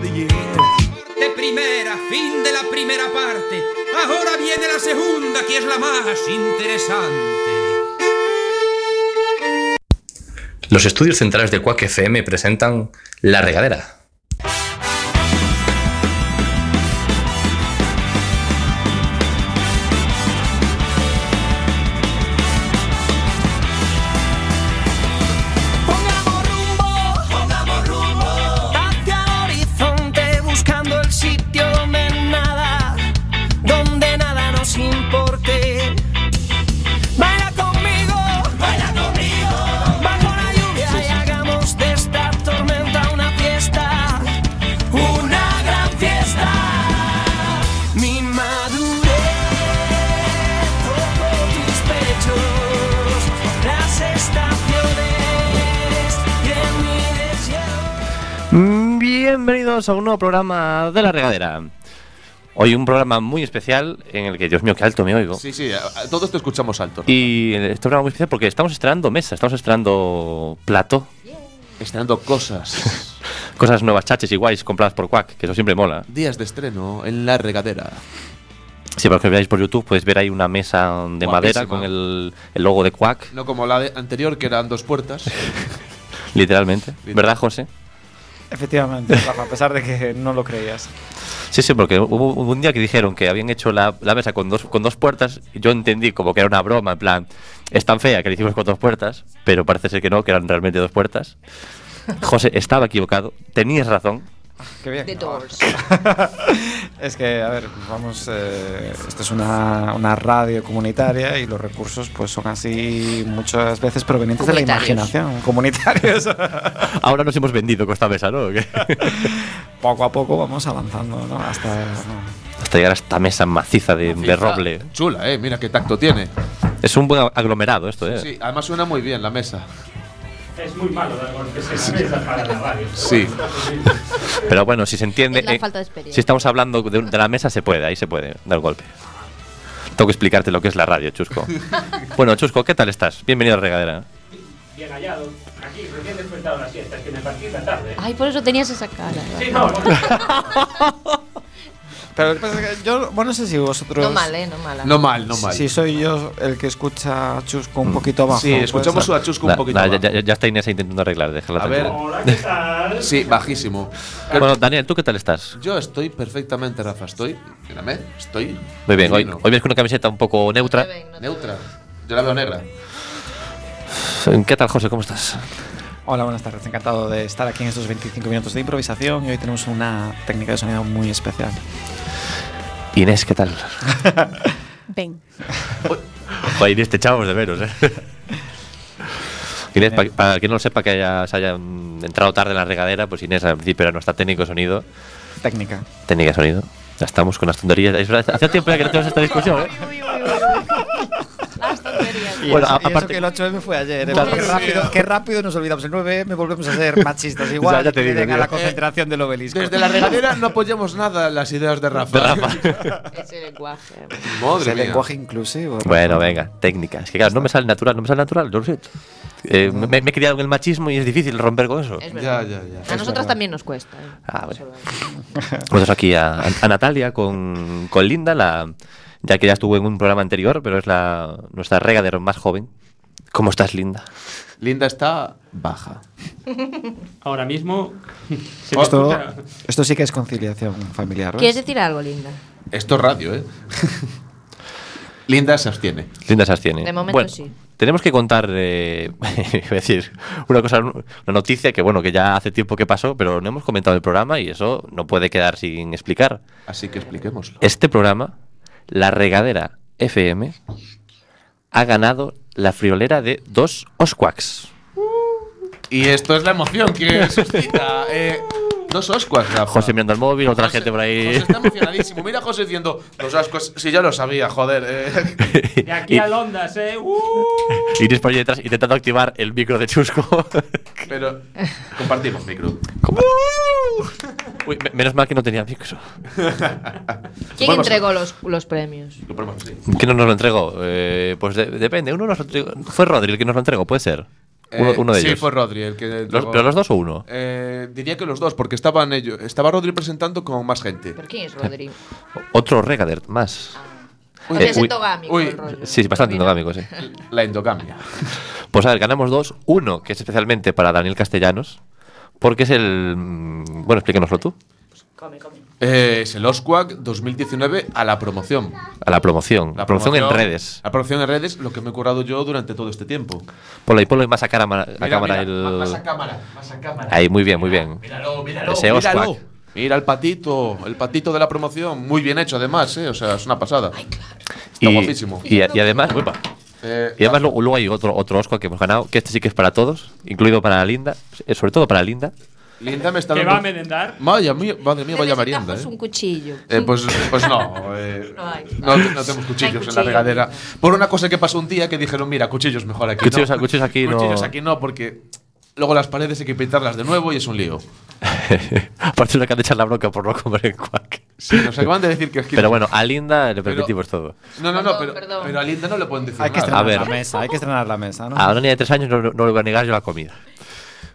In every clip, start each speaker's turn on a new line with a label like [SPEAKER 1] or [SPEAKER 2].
[SPEAKER 1] detallitos.
[SPEAKER 2] De primera, fin de la primera parte. Ahora viene la segunda, que es la más interesante.
[SPEAKER 3] Los estudios centrales de Quack FM presentan La Regadera.
[SPEAKER 4] Pongamos rumbo, pongamos rumbo hacia el horizonte buscando el sitio donde nada, donde nada nos importe. Baila conmigo, baila conmigo bajo la lluvia y hagamos de esta tormenta una fiesta, una gran fiesta. Mi madurez toco tus pechos, las estaciones y en mi desierto.
[SPEAKER 5] Mm, Bienvenidos a un nuevo programa de La Regadera. Hoy un programa muy especial en el que, Dios mío, qué alto me oigo.
[SPEAKER 6] Sí, sí, a- a- todos te escuchamos alto. ¿no?
[SPEAKER 5] Y este programa muy especial porque estamos estrenando mesa, estamos estrenando plato,
[SPEAKER 6] Estrenando cosas.
[SPEAKER 5] cosas nuevas, chaches y guays compradas por Quack, que eso siempre mola.
[SPEAKER 6] Días de estreno en la regadera.
[SPEAKER 5] Si para los que veáis por YouTube podéis ver ahí una mesa de
[SPEAKER 6] Guapísima.
[SPEAKER 5] madera con el, el logo de Quack,
[SPEAKER 6] No como la de- anterior, que eran dos puertas.
[SPEAKER 5] literalmente.
[SPEAKER 6] Literal.
[SPEAKER 5] ¿Verdad, José?
[SPEAKER 1] Efectivamente, Rafa, a pesar de que no lo creías.
[SPEAKER 5] Sí, sí, porque hubo hubo un día que dijeron que habían hecho la, la mesa con dos, con dos puertas. y Yo entendí como que era una broma, en plan, es tan fea que la hicimos con dos puertas, pero parece ser que no, que eran realmente dos puertas. José, estaba equivocado, tenías razón.
[SPEAKER 1] Qué bien.
[SPEAKER 7] The
[SPEAKER 1] ¿no?
[SPEAKER 7] Doors.
[SPEAKER 1] es que, a ver, vamos, eh, esto es una, una radio comunitaria y los recursos pues son así muchas veces provenientes de la
[SPEAKER 7] Comunitarios.
[SPEAKER 1] imaginación, comunitarios.
[SPEAKER 5] Ahora nos hemos vendido con esta mesa, ¿no? ¿Qué?
[SPEAKER 1] poco a poco vamos avanzando, ¿no? Hasta... ¿no?
[SPEAKER 5] Hasta llegar a esta mesa maciza de, de roble.
[SPEAKER 6] Ah, Chula, eh. Mira qué tacto tiene.
[SPEAKER 5] Es un buen aglomerado esto, ¿eh?
[SPEAKER 6] Sí, además suena muy bien la mesa.
[SPEAKER 8] Es muy malo dar golpes en la mesa para lavar.
[SPEAKER 6] Sí.
[SPEAKER 5] Pero bueno, si se entiende. eh,
[SPEAKER 7] Es la falta de experiencia.
[SPEAKER 5] Si estamos hablando de, de la mesa, se puede, ahí se puede dar golpe. Tengo que explicarte lo que es la radio, Chusco. bueno, Chusco, ¿qué tal estás? Bienvenido a Regadera.
[SPEAKER 8] Bien hallado. Aquí, recién despertado las siestas, que me partí la tarde.
[SPEAKER 7] Ay, por eso tenías esa cara.
[SPEAKER 8] Sí, no, no.
[SPEAKER 1] Pero lo que pasa es que yo, bueno, no sé si vosotros...
[SPEAKER 7] No mal, eh, no mala.
[SPEAKER 6] No mal, no mal. Mm.
[SPEAKER 1] Si soy yo el que escucha a Chusco un poquito abajo.
[SPEAKER 6] Sí, escuchamos
[SPEAKER 1] puede
[SPEAKER 6] su
[SPEAKER 1] ser.
[SPEAKER 6] achusco
[SPEAKER 5] Na-
[SPEAKER 6] un poquito.
[SPEAKER 5] na, ya,
[SPEAKER 6] abajo.
[SPEAKER 5] ya- ya está Inés ahí intentando arreglar, déjala
[SPEAKER 6] A ver.
[SPEAKER 5] tranquila.
[SPEAKER 8] Hola, ¿qué tal?
[SPEAKER 6] Sí, bajísimo.
[SPEAKER 5] Bueno, Daniel, ¿tú qué tal estás?
[SPEAKER 6] Yo estoy perfectamente, Rafa. Estoy. Mírame, estoy.
[SPEAKER 5] Muy bien, hoy,
[SPEAKER 6] divino.
[SPEAKER 5] hoy ves con una camiseta un poco neutra.
[SPEAKER 6] Neutra. Yo la veo negra.
[SPEAKER 5] ¿Qué tal, José? ¿Cómo estás?
[SPEAKER 1] Hola, buenas tardes. Encantado de estar aquí en estos 25 minutos de improvisación y hoy tenemos una técnica de sonido muy especial.
[SPEAKER 5] Inés, ¿qué tal?
[SPEAKER 9] Ven.
[SPEAKER 5] Joder, Inés, te echábamos de menos, ¿eh? Inés, pa- para quien no lo sepa que haya, se haya mm, entrado tarde en la regadera, pues Inés al principio era nuestra técnico de sonido.
[SPEAKER 1] Técnica.
[SPEAKER 5] Técnica de sonido. Ya estamos con las tonterías. Es verdad, Hace tiempo ya que no tenemos esta discusión, ¿eh?
[SPEAKER 7] Las tonterías.
[SPEAKER 1] Y
[SPEAKER 5] Bueno,
[SPEAKER 1] eso-
[SPEAKER 5] a-
[SPEAKER 1] y eso
[SPEAKER 5] aparte-
[SPEAKER 1] que el 8M fue ayer. ¿eh?
[SPEAKER 5] Claro.
[SPEAKER 1] Qué, rápido, qué rápido nos olvidamos. El 9M volvemos a ser machistas igual.
[SPEAKER 5] Ya- ya te
[SPEAKER 1] que
[SPEAKER 5] digo,
[SPEAKER 1] venga
[SPEAKER 5] tío.
[SPEAKER 1] la concentración del obelisco.
[SPEAKER 6] Desde la regadera no apoyamos nada las ideas de Rafa.
[SPEAKER 7] Ese lenguaje.
[SPEAKER 6] Madre
[SPEAKER 1] el
[SPEAKER 6] mía.
[SPEAKER 1] lenguaje inclusivo.
[SPEAKER 5] Bueno, venga, técnica. Es que claro, no me sale natural, no me sale natural, yo lo siento. Eh, me, me he criado en el machismo y es difícil romper con eso.
[SPEAKER 7] Es
[SPEAKER 6] Ya,
[SPEAKER 7] verdad.
[SPEAKER 6] ya, ya.
[SPEAKER 7] A nosotras también nos cuesta. eh.
[SPEAKER 5] Ah, vale.
[SPEAKER 7] Eso va.
[SPEAKER 5] Nosotros Pues aquí a, a Natalia con, con Linda, la, ya que ya estuvo en un programa anterior, pero es la nuestra regadera más joven. ¿Cómo estás, Linda?
[SPEAKER 6] Linda está baja.
[SPEAKER 8] Ahora mismo. se me
[SPEAKER 6] Oh,
[SPEAKER 1] Esto,
[SPEAKER 8] escucha-
[SPEAKER 1] esto sí que es conciliación familiar. ¿ves?
[SPEAKER 7] ¿Quieres decir algo, Linda?
[SPEAKER 6] Esto es radio, ¿eh? Linda se abstiene.
[SPEAKER 5] Linda se abstiene.
[SPEAKER 7] De momento
[SPEAKER 5] Bueno,
[SPEAKER 7] sí.
[SPEAKER 5] Tenemos que contar, eh, iba a decir, una cosa, una noticia que bueno, que ya hace tiempo que pasó, pero no hemos comentado en el programa y eso no puede quedar sin explicar.
[SPEAKER 6] Así que expliquémoslo.
[SPEAKER 5] Este programa, La Regadera FM, ha ganado la friolera de dos Osquaks.
[SPEAKER 6] Y esto es la emoción que suscita. eh, dos Oscars, Rafa.
[SPEAKER 5] José mirando el móvil, otra
[SPEAKER 6] José-
[SPEAKER 5] gente por
[SPEAKER 6] José
[SPEAKER 5] ahí.
[SPEAKER 6] está emocionadísimo. Mira a José diciendo, dos Oscars, si ya lo sabía, joder. eh.
[SPEAKER 8] De aquí
[SPEAKER 5] Y-
[SPEAKER 8] a Londres, ¿eh? ¡Uh!
[SPEAKER 5] Iris por ahí detrás intentando activar el micro de Chusco.
[SPEAKER 6] Pero compartimos micro.
[SPEAKER 5] Uy, me- menos mal que no tenía micro.
[SPEAKER 7] ¿Quién
[SPEAKER 6] Vamos.
[SPEAKER 7] entregó los, los premios?
[SPEAKER 6] Lo ponemos así.
[SPEAKER 5] ¿Quién no nos lo entregó? Eh, pues de- depende. Uno nos lo entregó- Fue Rodri el que nos lo entregó, puede ser. Uno- uno de
[SPEAKER 6] sí,
[SPEAKER 5] ellos.
[SPEAKER 6] fue Rodri el que.
[SPEAKER 5] Los-
[SPEAKER 6] entregó.
[SPEAKER 5] ¿Pero los dos o uno?
[SPEAKER 6] Eh, diría que los dos, porque estaban ellos. Estaba Rodri presentando con más gente.
[SPEAKER 7] ¿Pero quién es Rodrigo?
[SPEAKER 5] Otro Regadert más.
[SPEAKER 6] Uy,
[SPEAKER 7] Había
[SPEAKER 5] eh,
[SPEAKER 7] sido
[SPEAKER 5] uy.
[SPEAKER 7] endogámico
[SPEAKER 6] Uy,
[SPEAKER 7] el rollo.
[SPEAKER 5] Sí, bastante
[SPEAKER 7] Mira.
[SPEAKER 5] endogámico, sí.
[SPEAKER 6] La endogamia.
[SPEAKER 5] Pues a ver, ganamos dos. Uno que es especialmente para Daniel Castellanos, porque es el. mm, Bueno, explíquenoslo tú.
[SPEAKER 6] Eh, es el Osquac 2019 a la promoción.
[SPEAKER 5] A la promoción. La promoción, en redes.
[SPEAKER 6] La promoción en redes, lo que me he curado yo durante todo este tiempo.
[SPEAKER 5] Ponlo ahí, ponlo más a, cara, a
[SPEAKER 6] Mira, mira,
[SPEAKER 5] cámara. el-
[SPEAKER 6] Más a cámara, más a cámara.
[SPEAKER 5] Ahí, muy bien, muy bien.
[SPEAKER 6] Míralo, míralo,
[SPEAKER 5] Ese
[SPEAKER 6] míralo.
[SPEAKER 5] Osquac.
[SPEAKER 6] Mira el patito, el patito de la promoción. Muy bien hecho, además, ¿eh? O sea, es una pasada. Está
[SPEAKER 5] Y,
[SPEAKER 6] guapísimo.
[SPEAKER 5] y- y además, uepa.
[SPEAKER 6] Eh,
[SPEAKER 5] y además luego, luego hay otro, otro Oscar que hemos ganado, que este sí que es para todos, incluido para Linda, eh, sobre todo para Linda.
[SPEAKER 6] Linda me está
[SPEAKER 8] Que
[SPEAKER 6] dando-
[SPEAKER 8] va a merendar.
[SPEAKER 6] Madre mía, madre mía, vaya
[SPEAKER 7] Necesitamos
[SPEAKER 6] merienda, ¿eh?
[SPEAKER 7] un cuchillo.
[SPEAKER 6] Eh, pues, pues no, eh,
[SPEAKER 7] No hay.
[SPEAKER 6] no, no tenemos cuchillos en la
[SPEAKER 7] cuchillos.
[SPEAKER 6] regadera. Por una cosa que pasó un día que dijeron, mira, cuchillos mejor aquí.
[SPEAKER 5] Cuchillos
[SPEAKER 6] no.
[SPEAKER 5] a- cuchillos aquí no.
[SPEAKER 6] Cuchillos aquí no, porque luego las paredes hay que pintarlas de nuevo y es un lío.
[SPEAKER 5] Aparte de que han de echar la bronca por no comer el cuac.
[SPEAKER 6] Sí, nos acaban de decir que aquí.
[SPEAKER 5] Pero bueno, a Linda le permitimos todo.
[SPEAKER 6] No, no, no,
[SPEAKER 7] Perdón,
[SPEAKER 6] pero,
[SPEAKER 7] perdón.
[SPEAKER 6] pero a Linda no le pueden decir
[SPEAKER 1] Hay que
[SPEAKER 6] nada.
[SPEAKER 1] estrenar
[SPEAKER 5] A ver. Ah,
[SPEAKER 1] la mesa, hay que estrenar la mesa, ¿no?
[SPEAKER 5] A una niña de tres años no, no- no le voy a negar yo la comida.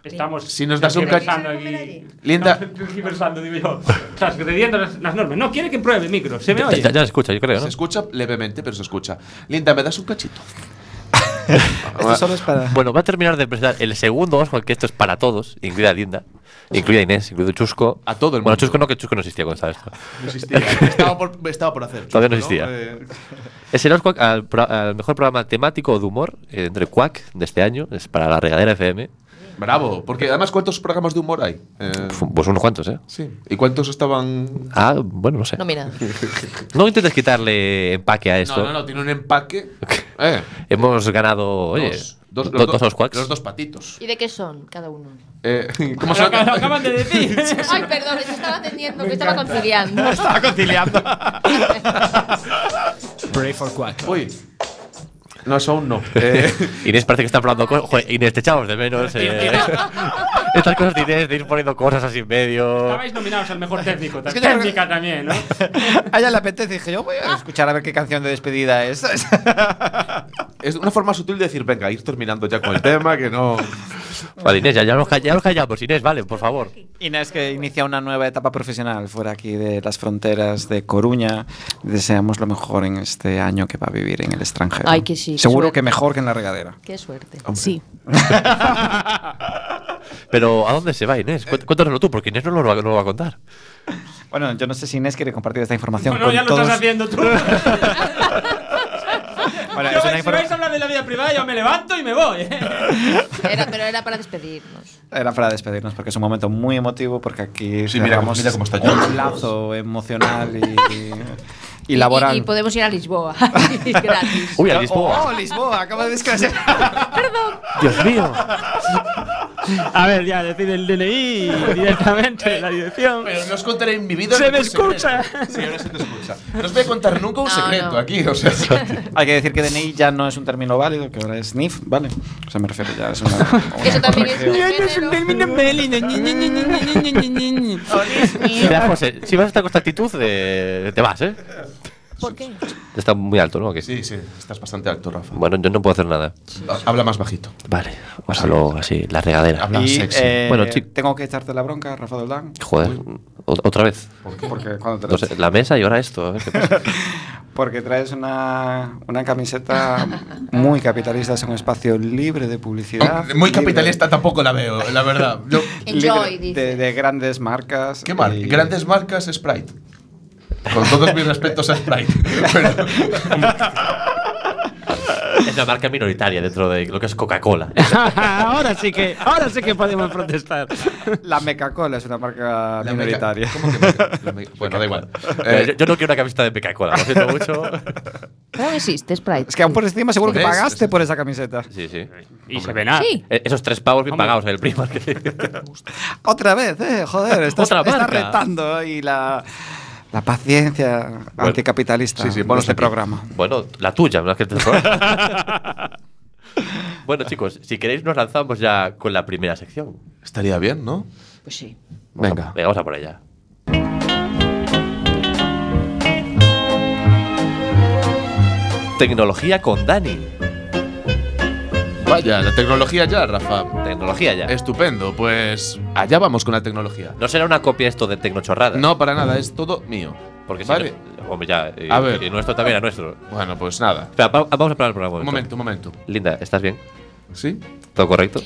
[SPEAKER 8] Estamos
[SPEAKER 6] Si nos das un
[SPEAKER 8] tergiversando
[SPEAKER 7] cacho-
[SPEAKER 8] aquí.
[SPEAKER 6] Linda.
[SPEAKER 8] Estamos tergiversando, digo yo. Transgrediendo las, las normas. No quiere que pruebe micro. Se me
[SPEAKER 5] Ya,
[SPEAKER 8] oye.
[SPEAKER 5] ya- ya se escucha, yo creo,
[SPEAKER 6] Se
[SPEAKER 5] ¿no?
[SPEAKER 6] escucha levemente, pero se escucha. Linda, ¿me das un cachito? Este
[SPEAKER 1] Esto solo es para.
[SPEAKER 5] Bueno, va a terminar de presentar el segundo Oscar, que esto es para todos, incluida Linda, incluida Inés, incluido Chusco.
[SPEAKER 6] A todo el
[SPEAKER 5] Bueno,
[SPEAKER 6] mundo.
[SPEAKER 5] Chusco no, que Chusco no existía cuando estaba esto.
[SPEAKER 6] No existía. estaba, por, estaba por hacer.
[SPEAKER 5] Todavía no existía.
[SPEAKER 6] Eh,
[SPEAKER 5] Es el Oscar al, pro- al mejor programa temático de humor eh, entre Quack de este año, es para la regadera FM.
[SPEAKER 6] bravo, porque además, ¿cuántos programas de humor hay? Eh,
[SPEAKER 5] Fu- Pues unos cuantos, ¿eh?
[SPEAKER 6] sí. ¿Y cuántos estaban
[SPEAKER 5] Ah, bueno, no sé.
[SPEAKER 7] No, mira.
[SPEAKER 5] No intentes quitarle empaque a esto.
[SPEAKER 6] No, no, no, tiene un empaque. Eh,
[SPEAKER 5] Hemos ganado, oye,
[SPEAKER 6] dos,
[SPEAKER 5] dos,
[SPEAKER 6] los
[SPEAKER 5] dos Osquacks.
[SPEAKER 6] Los dos patitos.
[SPEAKER 7] ¿Y de qué son cada uno?
[SPEAKER 6] Eh, ¿Cómo se
[SPEAKER 8] Lo, ac- lo
[SPEAKER 6] llama?
[SPEAKER 8] acaban de decir.
[SPEAKER 7] Ay, perdón, yo estaba atendiendo, que estaba conciliando.
[SPEAKER 1] Estaba conciliando.
[SPEAKER 10] Pray for Quack.
[SPEAKER 6] Uy. No, eso aún no. Eh,
[SPEAKER 5] Inés parece que está hablando cosas. Joder, Inés, te echamos de menos. eh. Estas cosas de Inés, de ir poniendo cosas así en medio.
[SPEAKER 8] Estabais nominados al mejor técnico.
[SPEAKER 1] Es que yo creo
[SPEAKER 8] técnica también, ¿no?
[SPEAKER 1] A ella le apetece y dije, yo voy a escuchar a ver qué canción de despedida es.
[SPEAKER 6] es una forma sutil de decir, venga, ir terminando ya con el tema, que no.
[SPEAKER 5] Vale, Inés, ya, ya nos, call- ya nos callamos, Inés, vale, por favor.
[SPEAKER 1] Inés, que inicia una nueva etapa profesional fuera aquí de las fronteras de Coruña. Deseamos lo mejor en este año que va a vivir en el extranjero.
[SPEAKER 7] Ay, que sí, que
[SPEAKER 1] Seguro
[SPEAKER 7] suerte.
[SPEAKER 1] que mejor que en la regadera.
[SPEAKER 7] Qué suerte.
[SPEAKER 9] Sí.
[SPEAKER 5] Pero, ¿a dónde se va Inés? Cué- Cuéntanoslo tú, porque Inés no lo va, no lo va a contar.
[SPEAKER 1] Bueno, yo no sé si Inés quiere compartir esta información
[SPEAKER 8] Bueno,
[SPEAKER 1] con
[SPEAKER 8] ya lo
[SPEAKER 1] todos.
[SPEAKER 8] estás haciendo tú.
[SPEAKER 1] Bueno,
[SPEAKER 8] Yo,
[SPEAKER 1] es una
[SPEAKER 8] si vais a
[SPEAKER 1] informa-
[SPEAKER 8] hablar de la vida privada, yo me levanto y me voy. ¿eh?
[SPEAKER 7] Era, pero era para despedirnos.
[SPEAKER 1] Era para despedirnos porque es un momento muy emotivo porque aquí
[SPEAKER 6] Sí, mira cómo-
[SPEAKER 1] cerramos
[SPEAKER 6] mira cómo está yo.
[SPEAKER 1] un lazo emocional y, y laboral.
[SPEAKER 7] Y, y podemos ir a Lisboa. Gratis.
[SPEAKER 5] Uy, a Lisboa.
[SPEAKER 1] Oh, oh, Lisboa, acaba de descansar.
[SPEAKER 5] Dios mío.
[SPEAKER 8] A ver, ya, decir el DNI directamente, la dirección.
[SPEAKER 6] Pero no os contaré en mi vida.
[SPEAKER 8] Se me
[SPEAKER 6] ningún secreto.
[SPEAKER 8] escucha.
[SPEAKER 6] Sí, ahora se te escucha. No os voy a contar nunca un
[SPEAKER 1] Ah,
[SPEAKER 7] No,
[SPEAKER 6] secreto
[SPEAKER 7] no.
[SPEAKER 6] aquí, o sea.
[SPEAKER 1] Hay que decir que DNI ya no es un término válido, que ahora es NIF, ¿vale? O sea, me refiero ya, es una. una
[SPEAKER 7] Eso también es
[SPEAKER 1] corrección.
[SPEAKER 7] un género.
[SPEAKER 5] Mira, José, si vas a estar con esta actitud, eh, te vas, ¿eh?
[SPEAKER 7] ¿Por qué?
[SPEAKER 5] Está muy alto, ¿no? Que-
[SPEAKER 6] Sí, sí, estás bastante alto, Rafa.
[SPEAKER 5] Bueno, yo no puedo hacer nada.
[SPEAKER 6] Ah, Habla más bajito.
[SPEAKER 5] Vale, os hablo así, la regadera.
[SPEAKER 6] Habla
[SPEAKER 1] Y,
[SPEAKER 6] sexy.
[SPEAKER 1] eh,
[SPEAKER 5] Bueno, chic-
[SPEAKER 1] tengo que echarte la bronca, Rafa Doldán.
[SPEAKER 5] Joder, o- otra vez.
[SPEAKER 1] Porque cuando te
[SPEAKER 5] Entonces, la mesa y ahora esto. a ver qué pasa.
[SPEAKER 1] Porque traes una, una camiseta muy capitalista, es un espacio libre de publicidad.
[SPEAKER 6] Ah, Muy
[SPEAKER 1] libre-
[SPEAKER 6] capitalista tampoco la veo, la verdad. Yo-
[SPEAKER 7] Enjoy,
[SPEAKER 1] libre
[SPEAKER 7] dice.
[SPEAKER 1] de, de grandes marcas.
[SPEAKER 6] ¿Qué mar?
[SPEAKER 1] y-
[SPEAKER 6] Grandes marcas Sprite. Con todos mis respetos a Sprite. Pero-
[SPEAKER 5] es una marca minoritaria dentro de lo que es Coca-Cola.
[SPEAKER 8] ahora sí que, ahora sí que podemos protestar.
[SPEAKER 1] La Meca-Cola es una marca
[SPEAKER 6] La meca-
[SPEAKER 1] minoritaria.
[SPEAKER 6] ¿Cómo que meca- la meca- bueno, da igual.
[SPEAKER 5] Eh,
[SPEAKER 6] Eh,
[SPEAKER 5] yo, yo no quiero una camiseta de Coca-Cola, lo siento mucho.
[SPEAKER 7] ¿Cómo existe Sprite?
[SPEAKER 1] Es que aún por encima seguro que
[SPEAKER 6] ¿Ves?
[SPEAKER 1] pagaste por esa camiseta.
[SPEAKER 5] Sí, sí.
[SPEAKER 8] Y se ven a.
[SPEAKER 7] Sí.
[SPEAKER 5] Eh, Esos tres pavos bien
[SPEAKER 8] Hombre.
[SPEAKER 5] pagados en el prima.
[SPEAKER 1] Otra vez, eh, joder, estás,
[SPEAKER 5] Otra
[SPEAKER 1] estás
[SPEAKER 5] marca.
[SPEAKER 1] retando y la, la paciencia anticapitalista
[SPEAKER 6] Sí, sí,
[SPEAKER 1] de
[SPEAKER 6] ponos
[SPEAKER 1] este
[SPEAKER 6] aquí.
[SPEAKER 1] programa.
[SPEAKER 5] bueno, la tuya, ¿verdad? Que te roba. bueno, chicos, si queréis nos lanzamos ya con la primera sección.
[SPEAKER 6] Estaría bien, ¿no?
[SPEAKER 7] Pues sí.
[SPEAKER 6] Venga.
[SPEAKER 5] Venga, vamos a por ella. Tecnología con Dani.
[SPEAKER 6] Vaya, la tecnología ya, Rafa.
[SPEAKER 5] Tecnología ya.
[SPEAKER 6] Estupendo, pues allá vamos con la tecnología.
[SPEAKER 5] No será una copia esto de Tecnochorrada.
[SPEAKER 6] No, para nada, es todo mío.
[SPEAKER 5] Porque si
[SPEAKER 6] vale.
[SPEAKER 5] no- Hombre, ya. Y,
[SPEAKER 6] A ver.
[SPEAKER 5] y nuestro también era nuestro.
[SPEAKER 6] Bueno, pues nada.
[SPEAKER 5] Espera, va- vamos a parar el programa.
[SPEAKER 6] Un momento, un momento.
[SPEAKER 5] Linda, ¿estás bien?
[SPEAKER 6] ¿Sí?
[SPEAKER 5] ¿Todo correcto?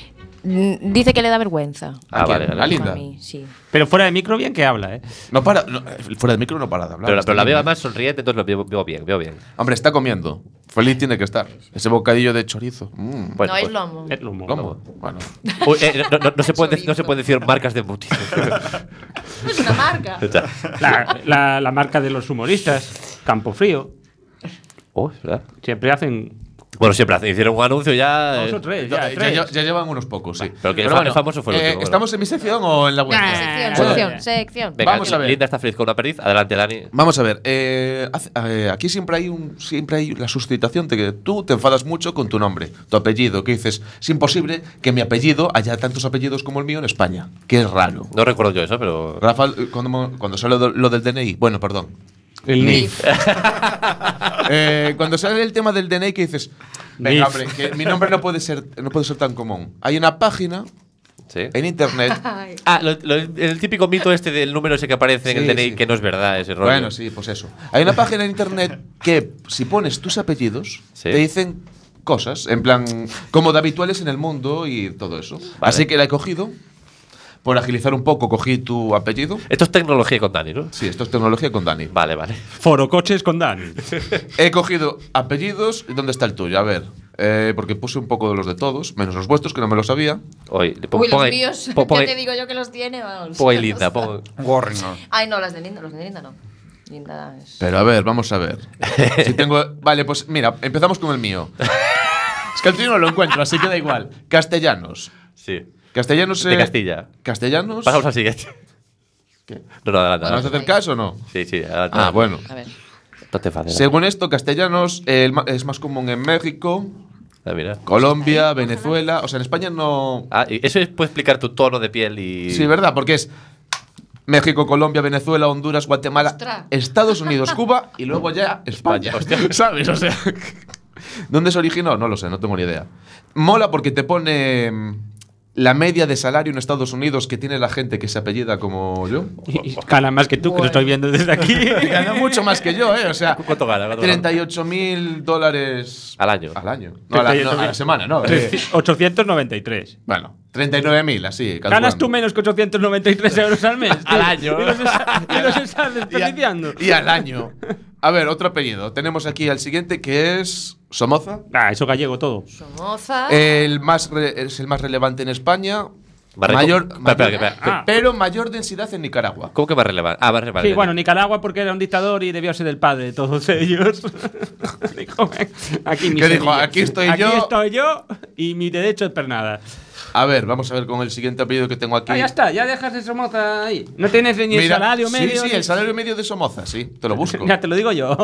[SPEAKER 7] Mm, Dice que le da vergüenza.
[SPEAKER 5] Ah,
[SPEAKER 6] ¿A quién?
[SPEAKER 5] vale, vale.
[SPEAKER 6] ¿A
[SPEAKER 7] A
[SPEAKER 6] Linda?
[SPEAKER 7] mí, sí.
[SPEAKER 8] Pero fuera de micro, bien que habla, ¿eh?
[SPEAKER 6] No para, no, eh, fuera del micro no para de hablar.
[SPEAKER 5] Pero, la-
[SPEAKER 6] Está
[SPEAKER 5] pero la
[SPEAKER 6] bien,
[SPEAKER 5] veo
[SPEAKER 6] ¿eh?
[SPEAKER 5] más sonriente, entonces lo veo, veo bien, veo bien.
[SPEAKER 6] Hombre, está comiendo. Feliz tiene que estar. Ese bocadillo de chorizo. Mm.
[SPEAKER 5] Bueno,
[SPEAKER 7] no es
[SPEAKER 5] pues-
[SPEAKER 7] lomo.
[SPEAKER 8] Es humo.
[SPEAKER 6] ¿Cómo? Bueno.
[SPEAKER 5] Uy, eh, no, no- no se puede, no se puede decir marcas de embutidos.
[SPEAKER 7] Es una marca.
[SPEAKER 5] Ya.
[SPEAKER 8] La, la- la marca de los humoristas, Campo Frío,
[SPEAKER 5] Oh, es verdad.
[SPEAKER 8] siempre hacen.
[SPEAKER 5] Bueno, siempre hacen- hicieron un anuncio ya. eh,
[SPEAKER 8] Dos o tres,
[SPEAKER 6] Ya,
[SPEAKER 8] ya,
[SPEAKER 6] ya-
[SPEAKER 8] tres.
[SPEAKER 6] ya- ya llevan unos pocos, sí. eh,
[SPEAKER 5] pero que el fa- el famoso fue el último, bueno.
[SPEAKER 6] ¿Estamos en mi sección o Ah, en la vuelta?
[SPEAKER 7] Ah, Sección,
[SPEAKER 6] Bueno.
[SPEAKER 7] sección, sección.
[SPEAKER 5] pues, Venga,
[SPEAKER 6] Vamos a ver.
[SPEAKER 5] Linda está feliz con una perdiz. Adelante, Dani.
[SPEAKER 6] Vamos a ver, eh, hace- eh, aquí siempre hay un siempre hay la suscitación de que tú te enfadas mucho con tu nombre, tu apellido, que dices, es imposible que mi apellido haya tantos apellidos como el mío en España, que es raro.
[SPEAKER 5] No recuerdo yo eso, pero.
[SPEAKER 6] Rafa, eh, cuando, mo- cuando sale lo- lo del DNI, bueno, perdón,
[SPEAKER 8] El
[SPEAKER 6] Eh, cuando sale el tema del DNI que dices, venga,
[SPEAKER 8] Nif.
[SPEAKER 6] hombre, que mi nombre no puede ser no puede ser tan común. Hay una página
[SPEAKER 5] Sí.
[SPEAKER 6] en internet.
[SPEAKER 5] Ah, lo- lo- el típico mito este del número ese que aparece en el
[SPEAKER 6] Sí,
[SPEAKER 5] DNI,
[SPEAKER 6] sí.
[SPEAKER 5] que no es verdad ese rollo.
[SPEAKER 6] bueno, sí, pues eso. Hay una página en internet que si pones tus apellidos
[SPEAKER 5] Sí.
[SPEAKER 6] te dicen cosas, en plan como de habituales en el mundo y todo eso. Así que la he cogido por agilizar un poco, cogí tu apellido.
[SPEAKER 5] Esto es tecnología con Dani, ¿no?
[SPEAKER 6] Sí, esto es tecnología con Dani.
[SPEAKER 5] Vale, vale.
[SPEAKER 8] Forocoches con Dani.
[SPEAKER 6] He cogido apellidos. ¿Dónde está el tuyo? A ver. eh, porque puse un poco de los de todos, menos los vuestros, que no me lo sabía.
[SPEAKER 5] Hoy, po-
[SPEAKER 7] Uy,
[SPEAKER 5] pues pon
[SPEAKER 7] los
[SPEAKER 5] ahí-
[SPEAKER 7] míos.
[SPEAKER 5] po- pon
[SPEAKER 7] ya
[SPEAKER 5] ahí-
[SPEAKER 7] te digo yo que los tiene, vamos.
[SPEAKER 5] pon ahí Linda. pon-
[SPEAKER 1] Warner.
[SPEAKER 7] Ay, no, las de Linda, los de Linda no. Linda es.
[SPEAKER 6] Pero a ver, vamos a ver. Si tengo. Vale, pues mira, empezamos con el mío. Es que el tuyo no lo encuentro, así que da igual. Castellanos.
[SPEAKER 5] Sí.
[SPEAKER 6] Castellanos.
[SPEAKER 5] De
[SPEAKER 6] eh,
[SPEAKER 5] Castilla.
[SPEAKER 6] Castellanos.
[SPEAKER 5] Pasamos al siguiente.
[SPEAKER 6] ¿Qué?
[SPEAKER 5] No, no, adelante.
[SPEAKER 6] ¿Vamos a
[SPEAKER 5] adelante.
[SPEAKER 6] hacer caso o no?
[SPEAKER 5] Sí, sí, adelante.
[SPEAKER 6] Ah, bueno.
[SPEAKER 7] A ver.
[SPEAKER 5] No te enfades.
[SPEAKER 6] Según esto, castellanos eh, el ma- es más común en México,
[SPEAKER 5] Ah, mira.
[SPEAKER 6] Colombia, Venezuela. O sea, en España no.
[SPEAKER 5] Ah, y eso es, puede explicar tu tono de piel y.
[SPEAKER 6] Sí, ¿verdad? Porque es México, Colombia, Venezuela, Honduras, Guatemala,
[SPEAKER 7] Ostras.
[SPEAKER 6] Estados Unidos, Cuba y luego ya España.
[SPEAKER 5] Hostia.
[SPEAKER 6] ¿Sabes? O sea. ¿Dónde se originó? No lo sé, no tengo ni idea. Mola porque te pone mm, la media de salario en Estados Unidos que tiene la gente que se apellida como yo.
[SPEAKER 8] Y y gana más que tú, que lo estoy viendo desde aquí.
[SPEAKER 6] Gana mucho más que yo, ¿eh? O sea,
[SPEAKER 5] ¿Cuánto gana? ¿Cuánto gana?
[SPEAKER 6] 38 mil dólares
[SPEAKER 5] Al año.
[SPEAKER 6] Al año. No, a la, no, a la semana, ¿no? Eh,
[SPEAKER 8] 893.
[SPEAKER 6] bueno, 39 mil, así.
[SPEAKER 8] ¿Ganas tú
[SPEAKER 6] calculando.
[SPEAKER 8] menos que 893 euros al mes? tío?
[SPEAKER 5] Al año.
[SPEAKER 8] Y los, es- y los estás
[SPEAKER 6] Y a-
[SPEAKER 8] desperdiciando.
[SPEAKER 6] Y, al año. A ver, otro apellido. Tenemos aquí al siguiente que es Somoza.
[SPEAKER 8] Ah, eso gallego todo.
[SPEAKER 7] Somoza.
[SPEAKER 5] Eh.
[SPEAKER 6] El más re- es el más relevante en España.
[SPEAKER 5] Barreto.
[SPEAKER 6] Mayor,
[SPEAKER 5] Espera,
[SPEAKER 6] mayor-
[SPEAKER 5] espera, espera.
[SPEAKER 8] Ah.
[SPEAKER 6] pero mayor densidad en Nicaragua.
[SPEAKER 5] ¿Cómo que más relevante? Ah, más relevante.
[SPEAKER 8] sí, bueno, Nicaragua porque era un dictador y debió ser el padre de todos ellos. dijo, "Ven, aquí mi
[SPEAKER 6] ¿Qué dijo?
[SPEAKER 8] semilla".
[SPEAKER 6] Aquí estoy yo.
[SPEAKER 8] Aquí estoy yo y mi derecho es pernada.
[SPEAKER 6] A ver, vamos a ver con el siguiente apellido que tengo aquí.
[SPEAKER 8] Ah, ya está, ya dejas esa moza ahí. No tienes ni el
[SPEAKER 6] Mira,
[SPEAKER 8] salario
[SPEAKER 6] sí,
[SPEAKER 8] medio.
[SPEAKER 6] Sí,
[SPEAKER 8] ni-
[SPEAKER 6] el salario medio de Somoza, sí. Te lo busco.
[SPEAKER 8] Ya te lo digo yo.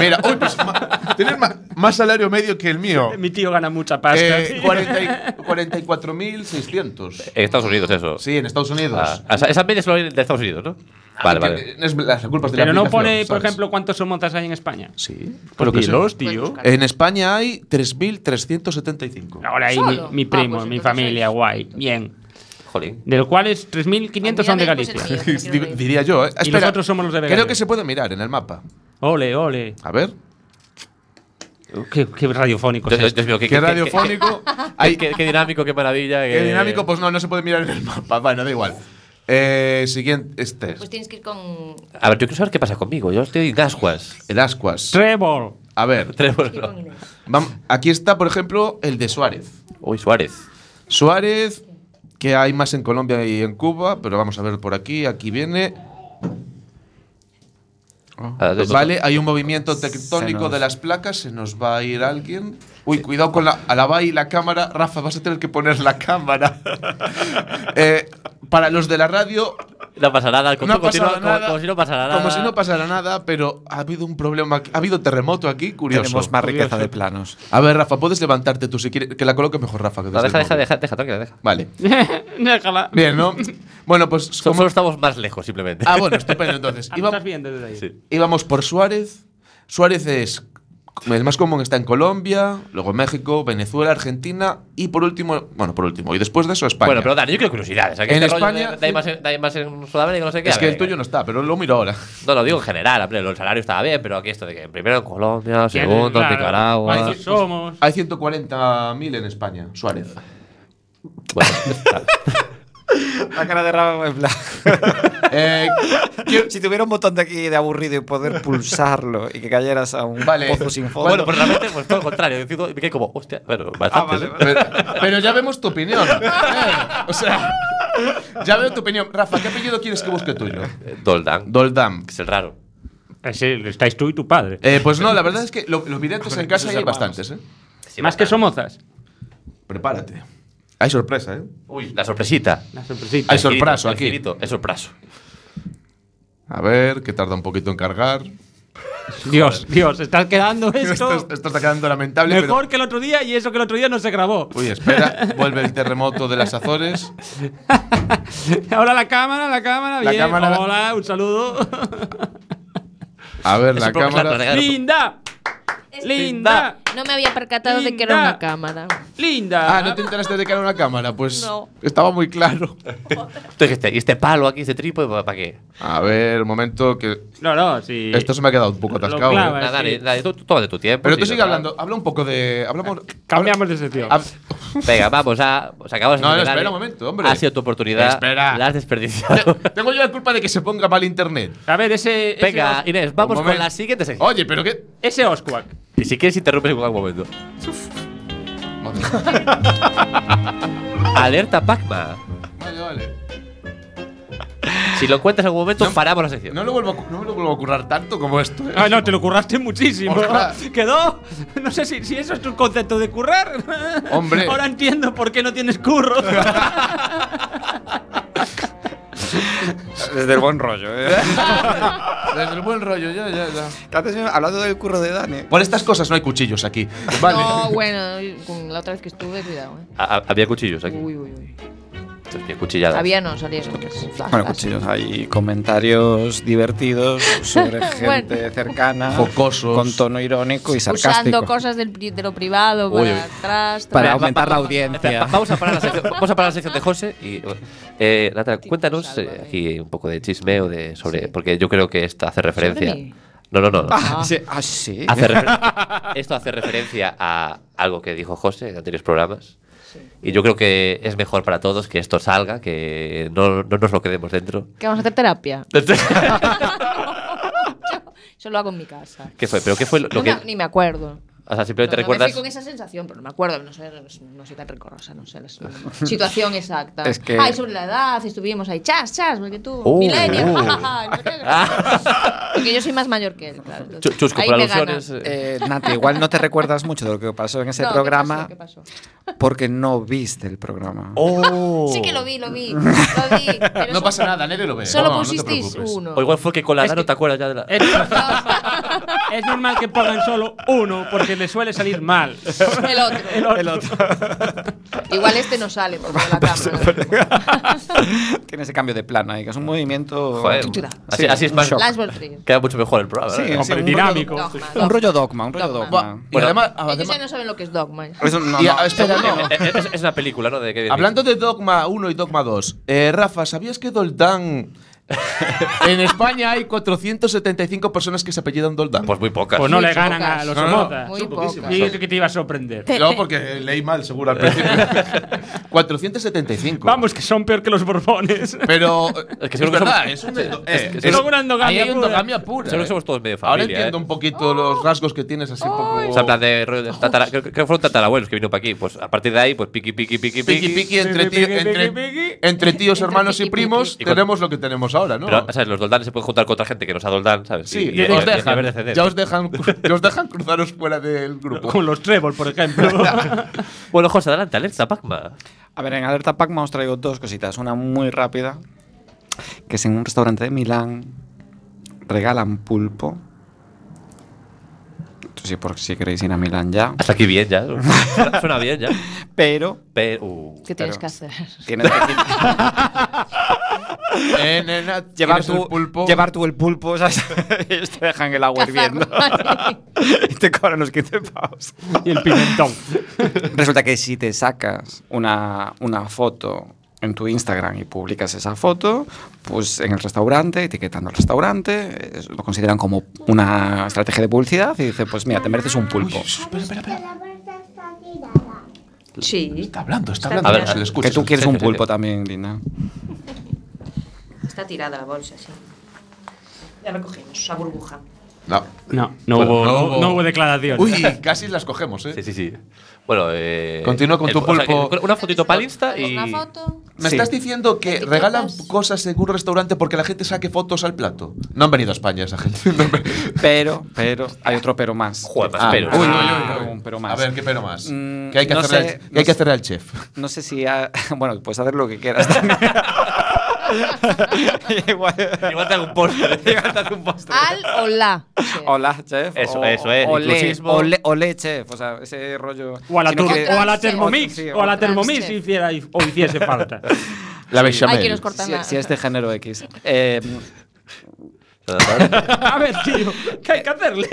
[SPEAKER 6] Mira, uy, pues, ma- tienes ma- más salario medio que el mío.
[SPEAKER 8] mi tío gana mucha pasta.
[SPEAKER 6] Eh, 40 y- 44.600.
[SPEAKER 5] En Estados Unidos, eso.
[SPEAKER 6] Sí, en Estados Unidos.
[SPEAKER 5] Ah, o sea, esas medias son de Estados Unidos, ¿no? Vale, vale.
[SPEAKER 6] Que Es las culpas de la
[SPEAKER 8] Pero no
[SPEAKER 6] aplicación,
[SPEAKER 8] pone, por
[SPEAKER 6] ¿sabes?
[SPEAKER 8] ejemplo, cuántos somozas hay en España. Pues
[SPEAKER 6] Sí,
[SPEAKER 8] Por
[SPEAKER 6] por lo que sé.
[SPEAKER 8] los tío.
[SPEAKER 6] En España hay 3.375.
[SPEAKER 8] Ahora ahí mi,
[SPEAKER 7] Solo.
[SPEAKER 8] mi
[SPEAKER 7] Ah,
[SPEAKER 8] primo,
[SPEAKER 7] pues
[SPEAKER 8] mi
[SPEAKER 7] entonces
[SPEAKER 8] familia,
[SPEAKER 7] es-
[SPEAKER 8] guay. Bien.
[SPEAKER 5] Jolín.
[SPEAKER 8] De los cuales 3.500 son de
[SPEAKER 7] Mírame, pues, el
[SPEAKER 8] Galicia.
[SPEAKER 7] mío, que
[SPEAKER 6] Di-
[SPEAKER 7] quiero ver.
[SPEAKER 6] Diría yo, ¿eh?
[SPEAKER 8] Y
[SPEAKER 6] Espera,
[SPEAKER 8] nosotros somos los de Vegas.
[SPEAKER 6] Creo que se puede mirar en el mapa.
[SPEAKER 8] Ole, ole.
[SPEAKER 6] A ver.
[SPEAKER 8] Qué, qué radiofónico
[SPEAKER 5] Dios,
[SPEAKER 8] es este.
[SPEAKER 5] Dios-
[SPEAKER 8] esto.
[SPEAKER 5] Dios mío, qué,
[SPEAKER 6] Pues, Qué,
[SPEAKER 5] qué-
[SPEAKER 6] radiofónico.
[SPEAKER 5] Qué,
[SPEAKER 6] Ay,
[SPEAKER 5] qué- qué dinámico, qué Eh, maravilla.
[SPEAKER 6] qué dinámico, pues no, no se puede mirar en el mapa. Bueno, da igual. Eh, siguiente, este.
[SPEAKER 7] Pues tienes que ir con.
[SPEAKER 5] A ver, yo quiero saber qué pasa conmigo. Yo estoy en Gascuas.
[SPEAKER 6] El Ascuas.
[SPEAKER 8] Trevor.
[SPEAKER 6] A ver,
[SPEAKER 5] Tenemos-
[SPEAKER 7] ir con Inés.
[SPEAKER 6] vam- aquí está, por ejemplo, el de Suárez.
[SPEAKER 5] Uy, Suárez.
[SPEAKER 6] Suárez, que hay más en Colombia y en Cuba, pero vamos a ver por aquí. Aquí viene.
[SPEAKER 5] Ah, de-
[SPEAKER 6] Vale, hay un movimiento
[SPEAKER 1] Se
[SPEAKER 6] tectónico
[SPEAKER 1] nos-
[SPEAKER 6] de las placas, se nos va a ir alguien. Uy, cuidado con la alaba y la cámara. Rafa, vas a tener que poner la cámara. Eh, para los de la radio,
[SPEAKER 5] No pasa nada. Como,
[SPEAKER 6] no ha
[SPEAKER 5] como si no-
[SPEAKER 6] pasado
[SPEAKER 5] como-
[SPEAKER 6] nada.
[SPEAKER 5] como si no pasara nada.
[SPEAKER 6] Como si no pasara nada, pero ha habido un problema. aquí- Ha habido terremoto aquí, curioso.
[SPEAKER 1] Tenemos más riqueza de planos.
[SPEAKER 6] A ver, Rafa, puedes levantarte tú si quieres. Que la coloque mejor, Rafa. Que
[SPEAKER 5] No,
[SPEAKER 6] desde
[SPEAKER 5] deja,
[SPEAKER 6] el
[SPEAKER 5] deja,
[SPEAKER 6] móvil.
[SPEAKER 5] deja, deja, tranquila, deja.
[SPEAKER 6] Vale.
[SPEAKER 8] Déjala.
[SPEAKER 6] Bien, ¿no? Bueno, pues.
[SPEAKER 5] Solo,
[SPEAKER 6] como-
[SPEAKER 5] solo estamos más lejos, simplemente.
[SPEAKER 6] Ah, bueno, estupendo Ah, entonces.
[SPEAKER 8] Ah, lo
[SPEAKER 6] Iba-
[SPEAKER 8] estás viendo desde ahí.
[SPEAKER 6] Íbamos por Suárez. Suárez es El más común está en Colombia, luego México, Venezuela, Argentina y por último, bueno, por último, y después de eso España.
[SPEAKER 5] Bueno, pero Dani, yo quiero curiosidades. Aquí
[SPEAKER 6] En
[SPEAKER 5] este rollo
[SPEAKER 6] España-
[SPEAKER 5] de- de hay más en- de hay más en Sudamérica, no sé qué.
[SPEAKER 6] es
[SPEAKER 5] a
[SPEAKER 6] que
[SPEAKER 5] ver,
[SPEAKER 6] el tuyo no está, pero lo miro ahora.
[SPEAKER 5] No, lo digo en general, hombre, el salario estaba bien, pero aquí esto de que primero en Colombia, segundo en
[SPEAKER 8] Claro,
[SPEAKER 5] Nicaragua.
[SPEAKER 8] países somos.
[SPEAKER 6] Hay 140.000 en España, Suárez.
[SPEAKER 5] Bueno,
[SPEAKER 1] La cara de Rafa en blanco.
[SPEAKER 6] Eh, quiero-
[SPEAKER 1] Si tuviera un botón de aquí de aburrido y poder pulsarlo y que cayeras a un
[SPEAKER 6] Vale.
[SPEAKER 1] pozo sin fondo.
[SPEAKER 5] bueno, pero realmente pues, todo lo contrario. Yo digo- Me quedé como, hostia, bueno,
[SPEAKER 6] Ah,
[SPEAKER 5] bastante.
[SPEAKER 1] vale,
[SPEAKER 5] ¿eh?
[SPEAKER 1] vale.
[SPEAKER 6] pero, pero ya vemos tu opinión. Eh, o sea, ya veo tu opinión. Rafa, ¿qué apellido quieres que busque tuyo?
[SPEAKER 5] Eh, Doldán,
[SPEAKER 6] Doldam.
[SPEAKER 5] que es el raro.
[SPEAKER 8] Ese, eh, estáis tú y tu padre.
[SPEAKER 6] Eh, pues no, la verdad es que lo- los videntes en casa
[SPEAKER 1] sus
[SPEAKER 6] ya hay
[SPEAKER 1] hermanos.
[SPEAKER 6] bastantes, ¿eh?
[SPEAKER 8] Más que somozas.
[SPEAKER 6] Prepárate. Hay sorpresa, ¿eh?
[SPEAKER 5] Uy, la sorpresita.
[SPEAKER 8] La sorpresita.
[SPEAKER 6] Hay
[SPEAKER 5] El girito,
[SPEAKER 6] sorpraso
[SPEAKER 5] el
[SPEAKER 6] aquí.
[SPEAKER 5] girito, Es sorpraso.
[SPEAKER 6] A ver, que tarda un poquito en cargar.
[SPEAKER 8] Dios, Dios, está quedando
[SPEAKER 6] Esto,
[SPEAKER 8] esto
[SPEAKER 6] esto está quedando lamentable,
[SPEAKER 8] mejor
[SPEAKER 6] pero...
[SPEAKER 8] que el otro día y eso que el otro día no se grabó.
[SPEAKER 6] Uy, espera, vuelve el terremoto de las Azores.
[SPEAKER 8] Ahora la cámara, la cámara,
[SPEAKER 6] La
[SPEAKER 8] bien.
[SPEAKER 6] cámara, la-
[SPEAKER 8] Hola, un saludo.
[SPEAKER 6] A ver,
[SPEAKER 5] Eso
[SPEAKER 6] la
[SPEAKER 5] por- claro,
[SPEAKER 6] cámara.
[SPEAKER 5] regar-
[SPEAKER 8] Linda, Este- linda,
[SPEAKER 7] No me había percatado de que era
[SPEAKER 8] Linda.
[SPEAKER 7] una cámara.
[SPEAKER 8] linda.
[SPEAKER 6] Ah, ¿no te enteraste de que era una cámara? Pues
[SPEAKER 7] No.
[SPEAKER 6] estaba muy claro.
[SPEAKER 5] Entonces, este, ¿y este palo aquí, este trípode, pa- para qué?
[SPEAKER 6] A ver, un momento que
[SPEAKER 8] No, no, sí.
[SPEAKER 6] esto se me ha quedado un poco
[SPEAKER 8] Lo
[SPEAKER 6] atascado. ¿eh?
[SPEAKER 8] clava. Ah,
[SPEAKER 5] Nada, Dani,
[SPEAKER 8] sí.
[SPEAKER 5] Dani, tú, tú tómate tu tiempo.
[SPEAKER 6] Pero
[SPEAKER 5] sí,
[SPEAKER 6] tú sigue
[SPEAKER 5] total.
[SPEAKER 6] hablando, habla un poco de hablamos
[SPEAKER 8] Cambiamos de sección.
[SPEAKER 6] hab-
[SPEAKER 5] Venga, vamos a. Pues acabamos
[SPEAKER 6] No, no,
[SPEAKER 5] de
[SPEAKER 6] espera
[SPEAKER 5] Dani.
[SPEAKER 6] un momento, hombre.
[SPEAKER 5] Ha sido tu oportunidad.
[SPEAKER 6] Espera.
[SPEAKER 5] La has desperdiciado.
[SPEAKER 6] Tengo yo la culpa de que se ponga mal internet.
[SPEAKER 8] A ver, ese. ese
[SPEAKER 5] Venga,
[SPEAKER 8] os-
[SPEAKER 5] Inés, vamos
[SPEAKER 6] Un
[SPEAKER 5] con
[SPEAKER 6] momento. Oh.
[SPEAKER 5] la siguiente sección.
[SPEAKER 6] Oye, pero qué
[SPEAKER 8] Ese Oscuac.
[SPEAKER 5] Y si quieres, interrumpes en algún momento. Alerta Pacma.
[SPEAKER 6] Vale, vale.
[SPEAKER 5] Si lo encuentras en algún momento, paramos la sección.
[SPEAKER 6] No lo vuelvo a cu- no me lo vuelvo a currar tanto como esto. ¿eh?
[SPEAKER 8] Ah, no, te lo curraste muchísimo.
[SPEAKER 6] Ostras.
[SPEAKER 8] Quedó. No sé si, si eso es tu concepto de currar.
[SPEAKER 6] Hombre.
[SPEAKER 8] Ahora entiendo por qué no tienes curro.
[SPEAKER 1] Desde el buen rollo, ¿eh?
[SPEAKER 6] Desde el buen rollo, ya, ya, ya.
[SPEAKER 1] Que antes, hablando del curro de Dani.
[SPEAKER 6] Por estas cosas no hay cuchillos aquí. Vale.
[SPEAKER 7] No, bueno, con la otra vez que estuve, cuidado, eh.
[SPEAKER 5] A- a- había cuchillos aquí.
[SPEAKER 7] Uy, uy, uy.
[SPEAKER 5] Entonces, Había cuchilladas.
[SPEAKER 7] Había no, salieron. Flash,
[SPEAKER 1] pues, Bueno,
[SPEAKER 7] flash.
[SPEAKER 1] cuchillos, hay comentarios divertidos sobre gente cercana,
[SPEAKER 6] Jocosos.
[SPEAKER 1] con tono irónico y sarcástico.
[SPEAKER 7] Usando cosas del pri- de lo privado
[SPEAKER 5] Uy, uy.
[SPEAKER 7] para atrás.
[SPEAKER 1] Para
[SPEAKER 7] tra-
[SPEAKER 1] aumentar la
[SPEAKER 5] Espera,
[SPEAKER 1] audiencia.
[SPEAKER 5] va- Vamos a parar la sección, vamos a parar la sección de José y eh, Nata, cuéntanos eh,
[SPEAKER 7] sálvame.
[SPEAKER 5] aquí un poco de chismeo de sobre porque yo creo que esta hace referencia.
[SPEAKER 7] mí?
[SPEAKER 5] No, no, no. no.
[SPEAKER 1] Ah, sí. ah, sí.
[SPEAKER 5] Hace refer- esto hace referencia a algo que dijo José en anteriores programas. Y yo creo que es mejor para todos que esto salga, que no, no nos lo quedemos dentro.
[SPEAKER 7] Que vamos a hacer terapia.
[SPEAKER 5] ¿Qué
[SPEAKER 7] Yo lo hago en mi casa.
[SPEAKER 5] fue? ¿Pero qué fue lo, lo
[SPEAKER 7] No
[SPEAKER 5] que.?
[SPEAKER 7] me- ni me acuerdo.
[SPEAKER 5] O sea,
[SPEAKER 7] No,
[SPEAKER 5] simplemente
[SPEAKER 7] no, me
[SPEAKER 5] recuerdas.
[SPEAKER 7] fui con esa sensación, pero no me acuerdo, no sé, no soy tan recorrosa, no sé la su- situación exacta.
[SPEAKER 1] Es que-
[SPEAKER 7] Ay, sobre la edad, estuvimos ahí, chas, chas, porque tú,
[SPEAKER 5] Oh,
[SPEAKER 7] millennial,
[SPEAKER 5] oh.
[SPEAKER 7] jajaja, no sé qué.
[SPEAKER 5] Ah.
[SPEAKER 7] Porque yo soy más mayor que él, claro. entonces,
[SPEAKER 5] Chu- Chusco,
[SPEAKER 7] ahí
[SPEAKER 5] por
[SPEAKER 7] me gana.
[SPEAKER 5] alusiones. eh,
[SPEAKER 1] Eh, Nati, igual no te recuerdas mucho de lo que pasó en ese
[SPEAKER 7] No, ¿qué
[SPEAKER 1] programa
[SPEAKER 7] pasó? ¿Qué pasó?
[SPEAKER 1] porque no viste el programa.
[SPEAKER 5] ¡Oh!
[SPEAKER 7] Sí que lo vi, lo vi, lo
[SPEAKER 1] oh.
[SPEAKER 7] vi. pero
[SPEAKER 6] No
[SPEAKER 7] solo-
[SPEAKER 6] pasa nada, nadie lo ve.
[SPEAKER 7] Solo
[SPEAKER 6] No, no te
[SPEAKER 7] pusisteis
[SPEAKER 6] preocupes.
[SPEAKER 7] uno.
[SPEAKER 5] O igual fue que con la
[SPEAKER 8] Es
[SPEAKER 5] edad no
[SPEAKER 8] que-
[SPEAKER 5] te acuerdas ya de la.
[SPEAKER 8] Es, es normal que pongan solo uno porque le suele salir mal.
[SPEAKER 7] El otro.
[SPEAKER 8] El otro.
[SPEAKER 7] Igual este no sale por la cámara.
[SPEAKER 1] Tiene ese cambio de plano ahí, que es un movimiento.
[SPEAKER 5] Joder,
[SPEAKER 7] Chuchura.
[SPEAKER 5] así, así es más.
[SPEAKER 1] Shock.
[SPEAKER 7] Last World Tree.
[SPEAKER 5] Queda mucho mejor el programa.
[SPEAKER 1] Sí,
[SPEAKER 5] ¿verdad?
[SPEAKER 1] sí, un rollo-
[SPEAKER 8] dinámico.
[SPEAKER 7] Dogma,
[SPEAKER 1] Un
[SPEAKER 7] dogma.
[SPEAKER 1] rollo dogma, un rollo
[SPEAKER 7] Dogma.
[SPEAKER 1] dogma.
[SPEAKER 6] Y además,
[SPEAKER 7] Ellos ya
[SPEAKER 6] además-
[SPEAKER 7] no saben lo que es dogma.
[SPEAKER 1] Eso no,
[SPEAKER 6] y,
[SPEAKER 1] no.
[SPEAKER 6] ah, espera, no.
[SPEAKER 5] Eh, eh, Es, es una película, ¿no? De Kevin
[SPEAKER 6] Hablando de Dogma 1 y Dogma 2, eh, Rafa, ¿sabías que Doldán. en España hay 475 personas que se apellidan Doldán?
[SPEAKER 5] Bacon. Pues muy pocas.
[SPEAKER 8] Pues no le
[SPEAKER 7] Muy
[SPEAKER 8] ganan
[SPEAKER 7] pocas.
[SPEAKER 8] a los
[SPEAKER 6] No, no, no.
[SPEAKER 8] somozas.
[SPEAKER 7] Muy
[SPEAKER 6] Son poquísimas.
[SPEAKER 7] pocas.
[SPEAKER 8] Y eso que te iba a sorprender.
[SPEAKER 6] No, porque leí mal, seguro, al principio. 475.
[SPEAKER 8] Vamos, que son peor que los borbones.
[SPEAKER 6] Pero.
[SPEAKER 5] Es que
[SPEAKER 6] es
[SPEAKER 5] seguro que
[SPEAKER 6] verdad,
[SPEAKER 5] somos-
[SPEAKER 6] es un.
[SPEAKER 5] Sí, es que-
[SPEAKER 6] eh,
[SPEAKER 5] seguro-
[SPEAKER 8] Son una endogamia
[SPEAKER 6] ahí hay
[SPEAKER 8] pura.
[SPEAKER 6] endogamia pura.
[SPEAKER 5] Seguro que
[SPEAKER 6] eh.
[SPEAKER 5] somos todos medio
[SPEAKER 6] Ahora
[SPEAKER 5] familia.
[SPEAKER 6] entiendo
[SPEAKER 5] ¿eh?
[SPEAKER 6] un poquito los
[SPEAKER 7] Oh.
[SPEAKER 6] rasgos que tienes así
[SPEAKER 5] O
[SPEAKER 6] poco.
[SPEAKER 5] sea, en plan de rollo de tatara- creo, creo que fueron tatarabuelos que vino para aquí. Pues a partir de ahí, pues piqui, piqui, piqui,
[SPEAKER 6] Piqui,
[SPEAKER 5] piqui.
[SPEAKER 6] piqui, entre,
[SPEAKER 8] Piqui,
[SPEAKER 6] tío-
[SPEAKER 8] piqui,
[SPEAKER 6] entre,
[SPEAKER 8] piqui.
[SPEAKER 6] entre tíos,
[SPEAKER 7] Entre
[SPEAKER 6] hermanos y
[SPEAKER 7] piqui,
[SPEAKER 6] primos
[SPEAKER 7] piqui.
[SPEAKER 6] tenemos lo que tenemos ahora, ¿no?
[SPEAKER 5] Pero, ¿sabes? Los doldanes se pueden juntar con otra gente que no sea doldán, ¿sabes?
[SPEAKER 6] Sí,
[SPEAKER 5] Y- y-
[SPEAKER 6] os
[SPEAKER 5] y- y
[SPEAKER 6] dejan,
[SPEAKER 5] haber descendencia.
[SPEAKER 6] ya os dejan, ya os dejan cruzaros fuera del grupo.
[SPEAKER 8] Con los trébol, por ejemplo.
[SPEAKER 5] Bueno, José, adelante, alerta, Pacma.
[SPEAKER 1] A ver, en Alerta Pacma os traigo dos cositas. Una muy rápida, que es en un restaurante de Milán regalan pulpo. Esto sí, por si queréis ir a Milán ya.
[SPEAKER 5] Hasta aquí bien ya. Suena- Suena bien ya.
[SPEAKER 1] Pero
[SPEAKER 5] Pero. uh,
[SPEAKER 7] ¿Qué tienes que hacer?
[SPEAKER 1] tienes que, quit-
[SPEAKER 6] Eh, nena,
[SPEAKER 1] Llevar
[SPEAKER 6] ¿quieres el
[SPEAKER 1] tú,
[SPEAKER 6] pulpo.
[SPEAKER 1] llevar tú el pulpo, ¿sabes? Ellos te dejan el agua
[SPEAKER 7] Cazar,
[SPEAKER 1] hirviendo.
[SPEAKER 7] vale.
[SPEAKER 1] y te cobran los 15 pavos.
[SPEAKER 8] Y el pimentón.
[SPEAKER 1] Resulta que si te sacas una, una foto en tu Instagram y publicas esa foto, pues en el restaurante, etiquetando al restaurante, eh, lo consideran como una estrategia de publicidad y dice, pues mira, te mereces un pulpo.
[SPEAKER 7] Sí,
[SPEAKER 6] Está hablando, está
[SPEAKER 7] Está
[SPEAKER 6] hablando.
[SPEAKER 5] bien.
[SPEAKER 6] no se le escucha.
[SPEAKER 1] que
[SPEAKER 6] se
[SPEAKER 1] tú
[SPEAKER 6] le
[SPEAKER 1] quieres
[SPEAKER 6] escucha.
[SPEAKER 1] un pulpo también, Lina.
[SPEAKER 7] está tirada la bolsa, sí. Ya la cogimos, esa burbuja.
[SPEAKER 6] No.
[SPEAKER 8] No, no,
[SPEAKER 6] Bueno,
[SPEAKER 8] hubo,
[SPEAKER 6] no
[SPEAKER 8] no,
[SPEAKER 6] hubo-
[SPEAKER 8] no hubo declaración.
[SPEAKER 6] Uy, casi las cogemos, ¿eh?
[SPEAKER 5] Sí, sí, sí. Bueno, eh,
[SPEAKER 6] Continúa con tu
[SPEAKER 5] o sea,
[SPEAKER 6] pulpo.
[SPEAKER 5] que una fotito para el Insta y.
[SPEAKER 7] Una foto.
[SPEAKER 6] Me
[SPEAKER 1] Sí.
[SPEAKER 6] estás diciendo que
[SPEAKER 7] Etiquetas.
[SPEAKER 6] regalan cosas en un restaurante porque la gente saque fotos al plato. No han venido a España esa gente. No han venido.
[SPEAKER 1] Pero, pero, hay otro pero más.
[SPEAKER 5] Joder, más
[SPEAKER 6] Ah,
[SPEAKER 5] peros.
[SPEAKER 1] uy, uy.
[SPEAKER 6] Ah,
[SPEAKER 1] un pero más.
[SPEAKER 6] A ver, ¿qué pero más?
[SPEAKER 1] Mm,
[SPEAKER 6] ¿Qué hay que,
[SPEAKER 1] no
[SPEAKER 6] hacerle,
[SPEAKER 1] sé,
[SPEAKER 6] al, qué
[SPEAKER 1] no
[SPEAKER 6] hay que
[SPEAKER 1] sé.
[SPEAKER 6] hacerle al chef?
[SPEAKER 1] No sé si... ha- bueno, puedes hacer lo que quieras también. Igual,
[SPEAKER 5] Igual te hago un póster.
[SPEAKER 1] igual te hace un postre.
[SPEAKER 7] Al o la.
[SPEAKER 1] Hola, chef.
[SPEAKER 5] Eso, eso es,
[SPEAKER 1] Ole,
[SPEAKER 5] inclusismo.
[SPEAKER 1] ole, ole, chef. O sea, ese rollo.
[SPEAKER 8] O a la,
[SPEAKER 1] Si no
[SPEAKER 8] tur-
[SPEAKER 1] quiere-
[SPEAKER 8] o a la
[SPEAKER 7] Otro
[SPEAKER 8] Thermomix.
[SPEAKER 1] sí,
[SPEAKER 8] o a la
[SPEAKER 7] otro
[SPEAKER 8] Thermomix
[SPEAKER 7] chef.
[SPEAKER 8] hiciera, o hiciese falta.
[SPEAKER 6] La
[SPEAKER 7] Ay,
[SPEAKER 6] bechamel.
[SPEAKER 7] que nos cortan
[SPEAKER 1] Si,
[SPEAKER 7] la.
[SPEAKER 1] si es de género X. Eh,
[SPEAKER 8] A ver, tío, ¿qué hay que hacerle?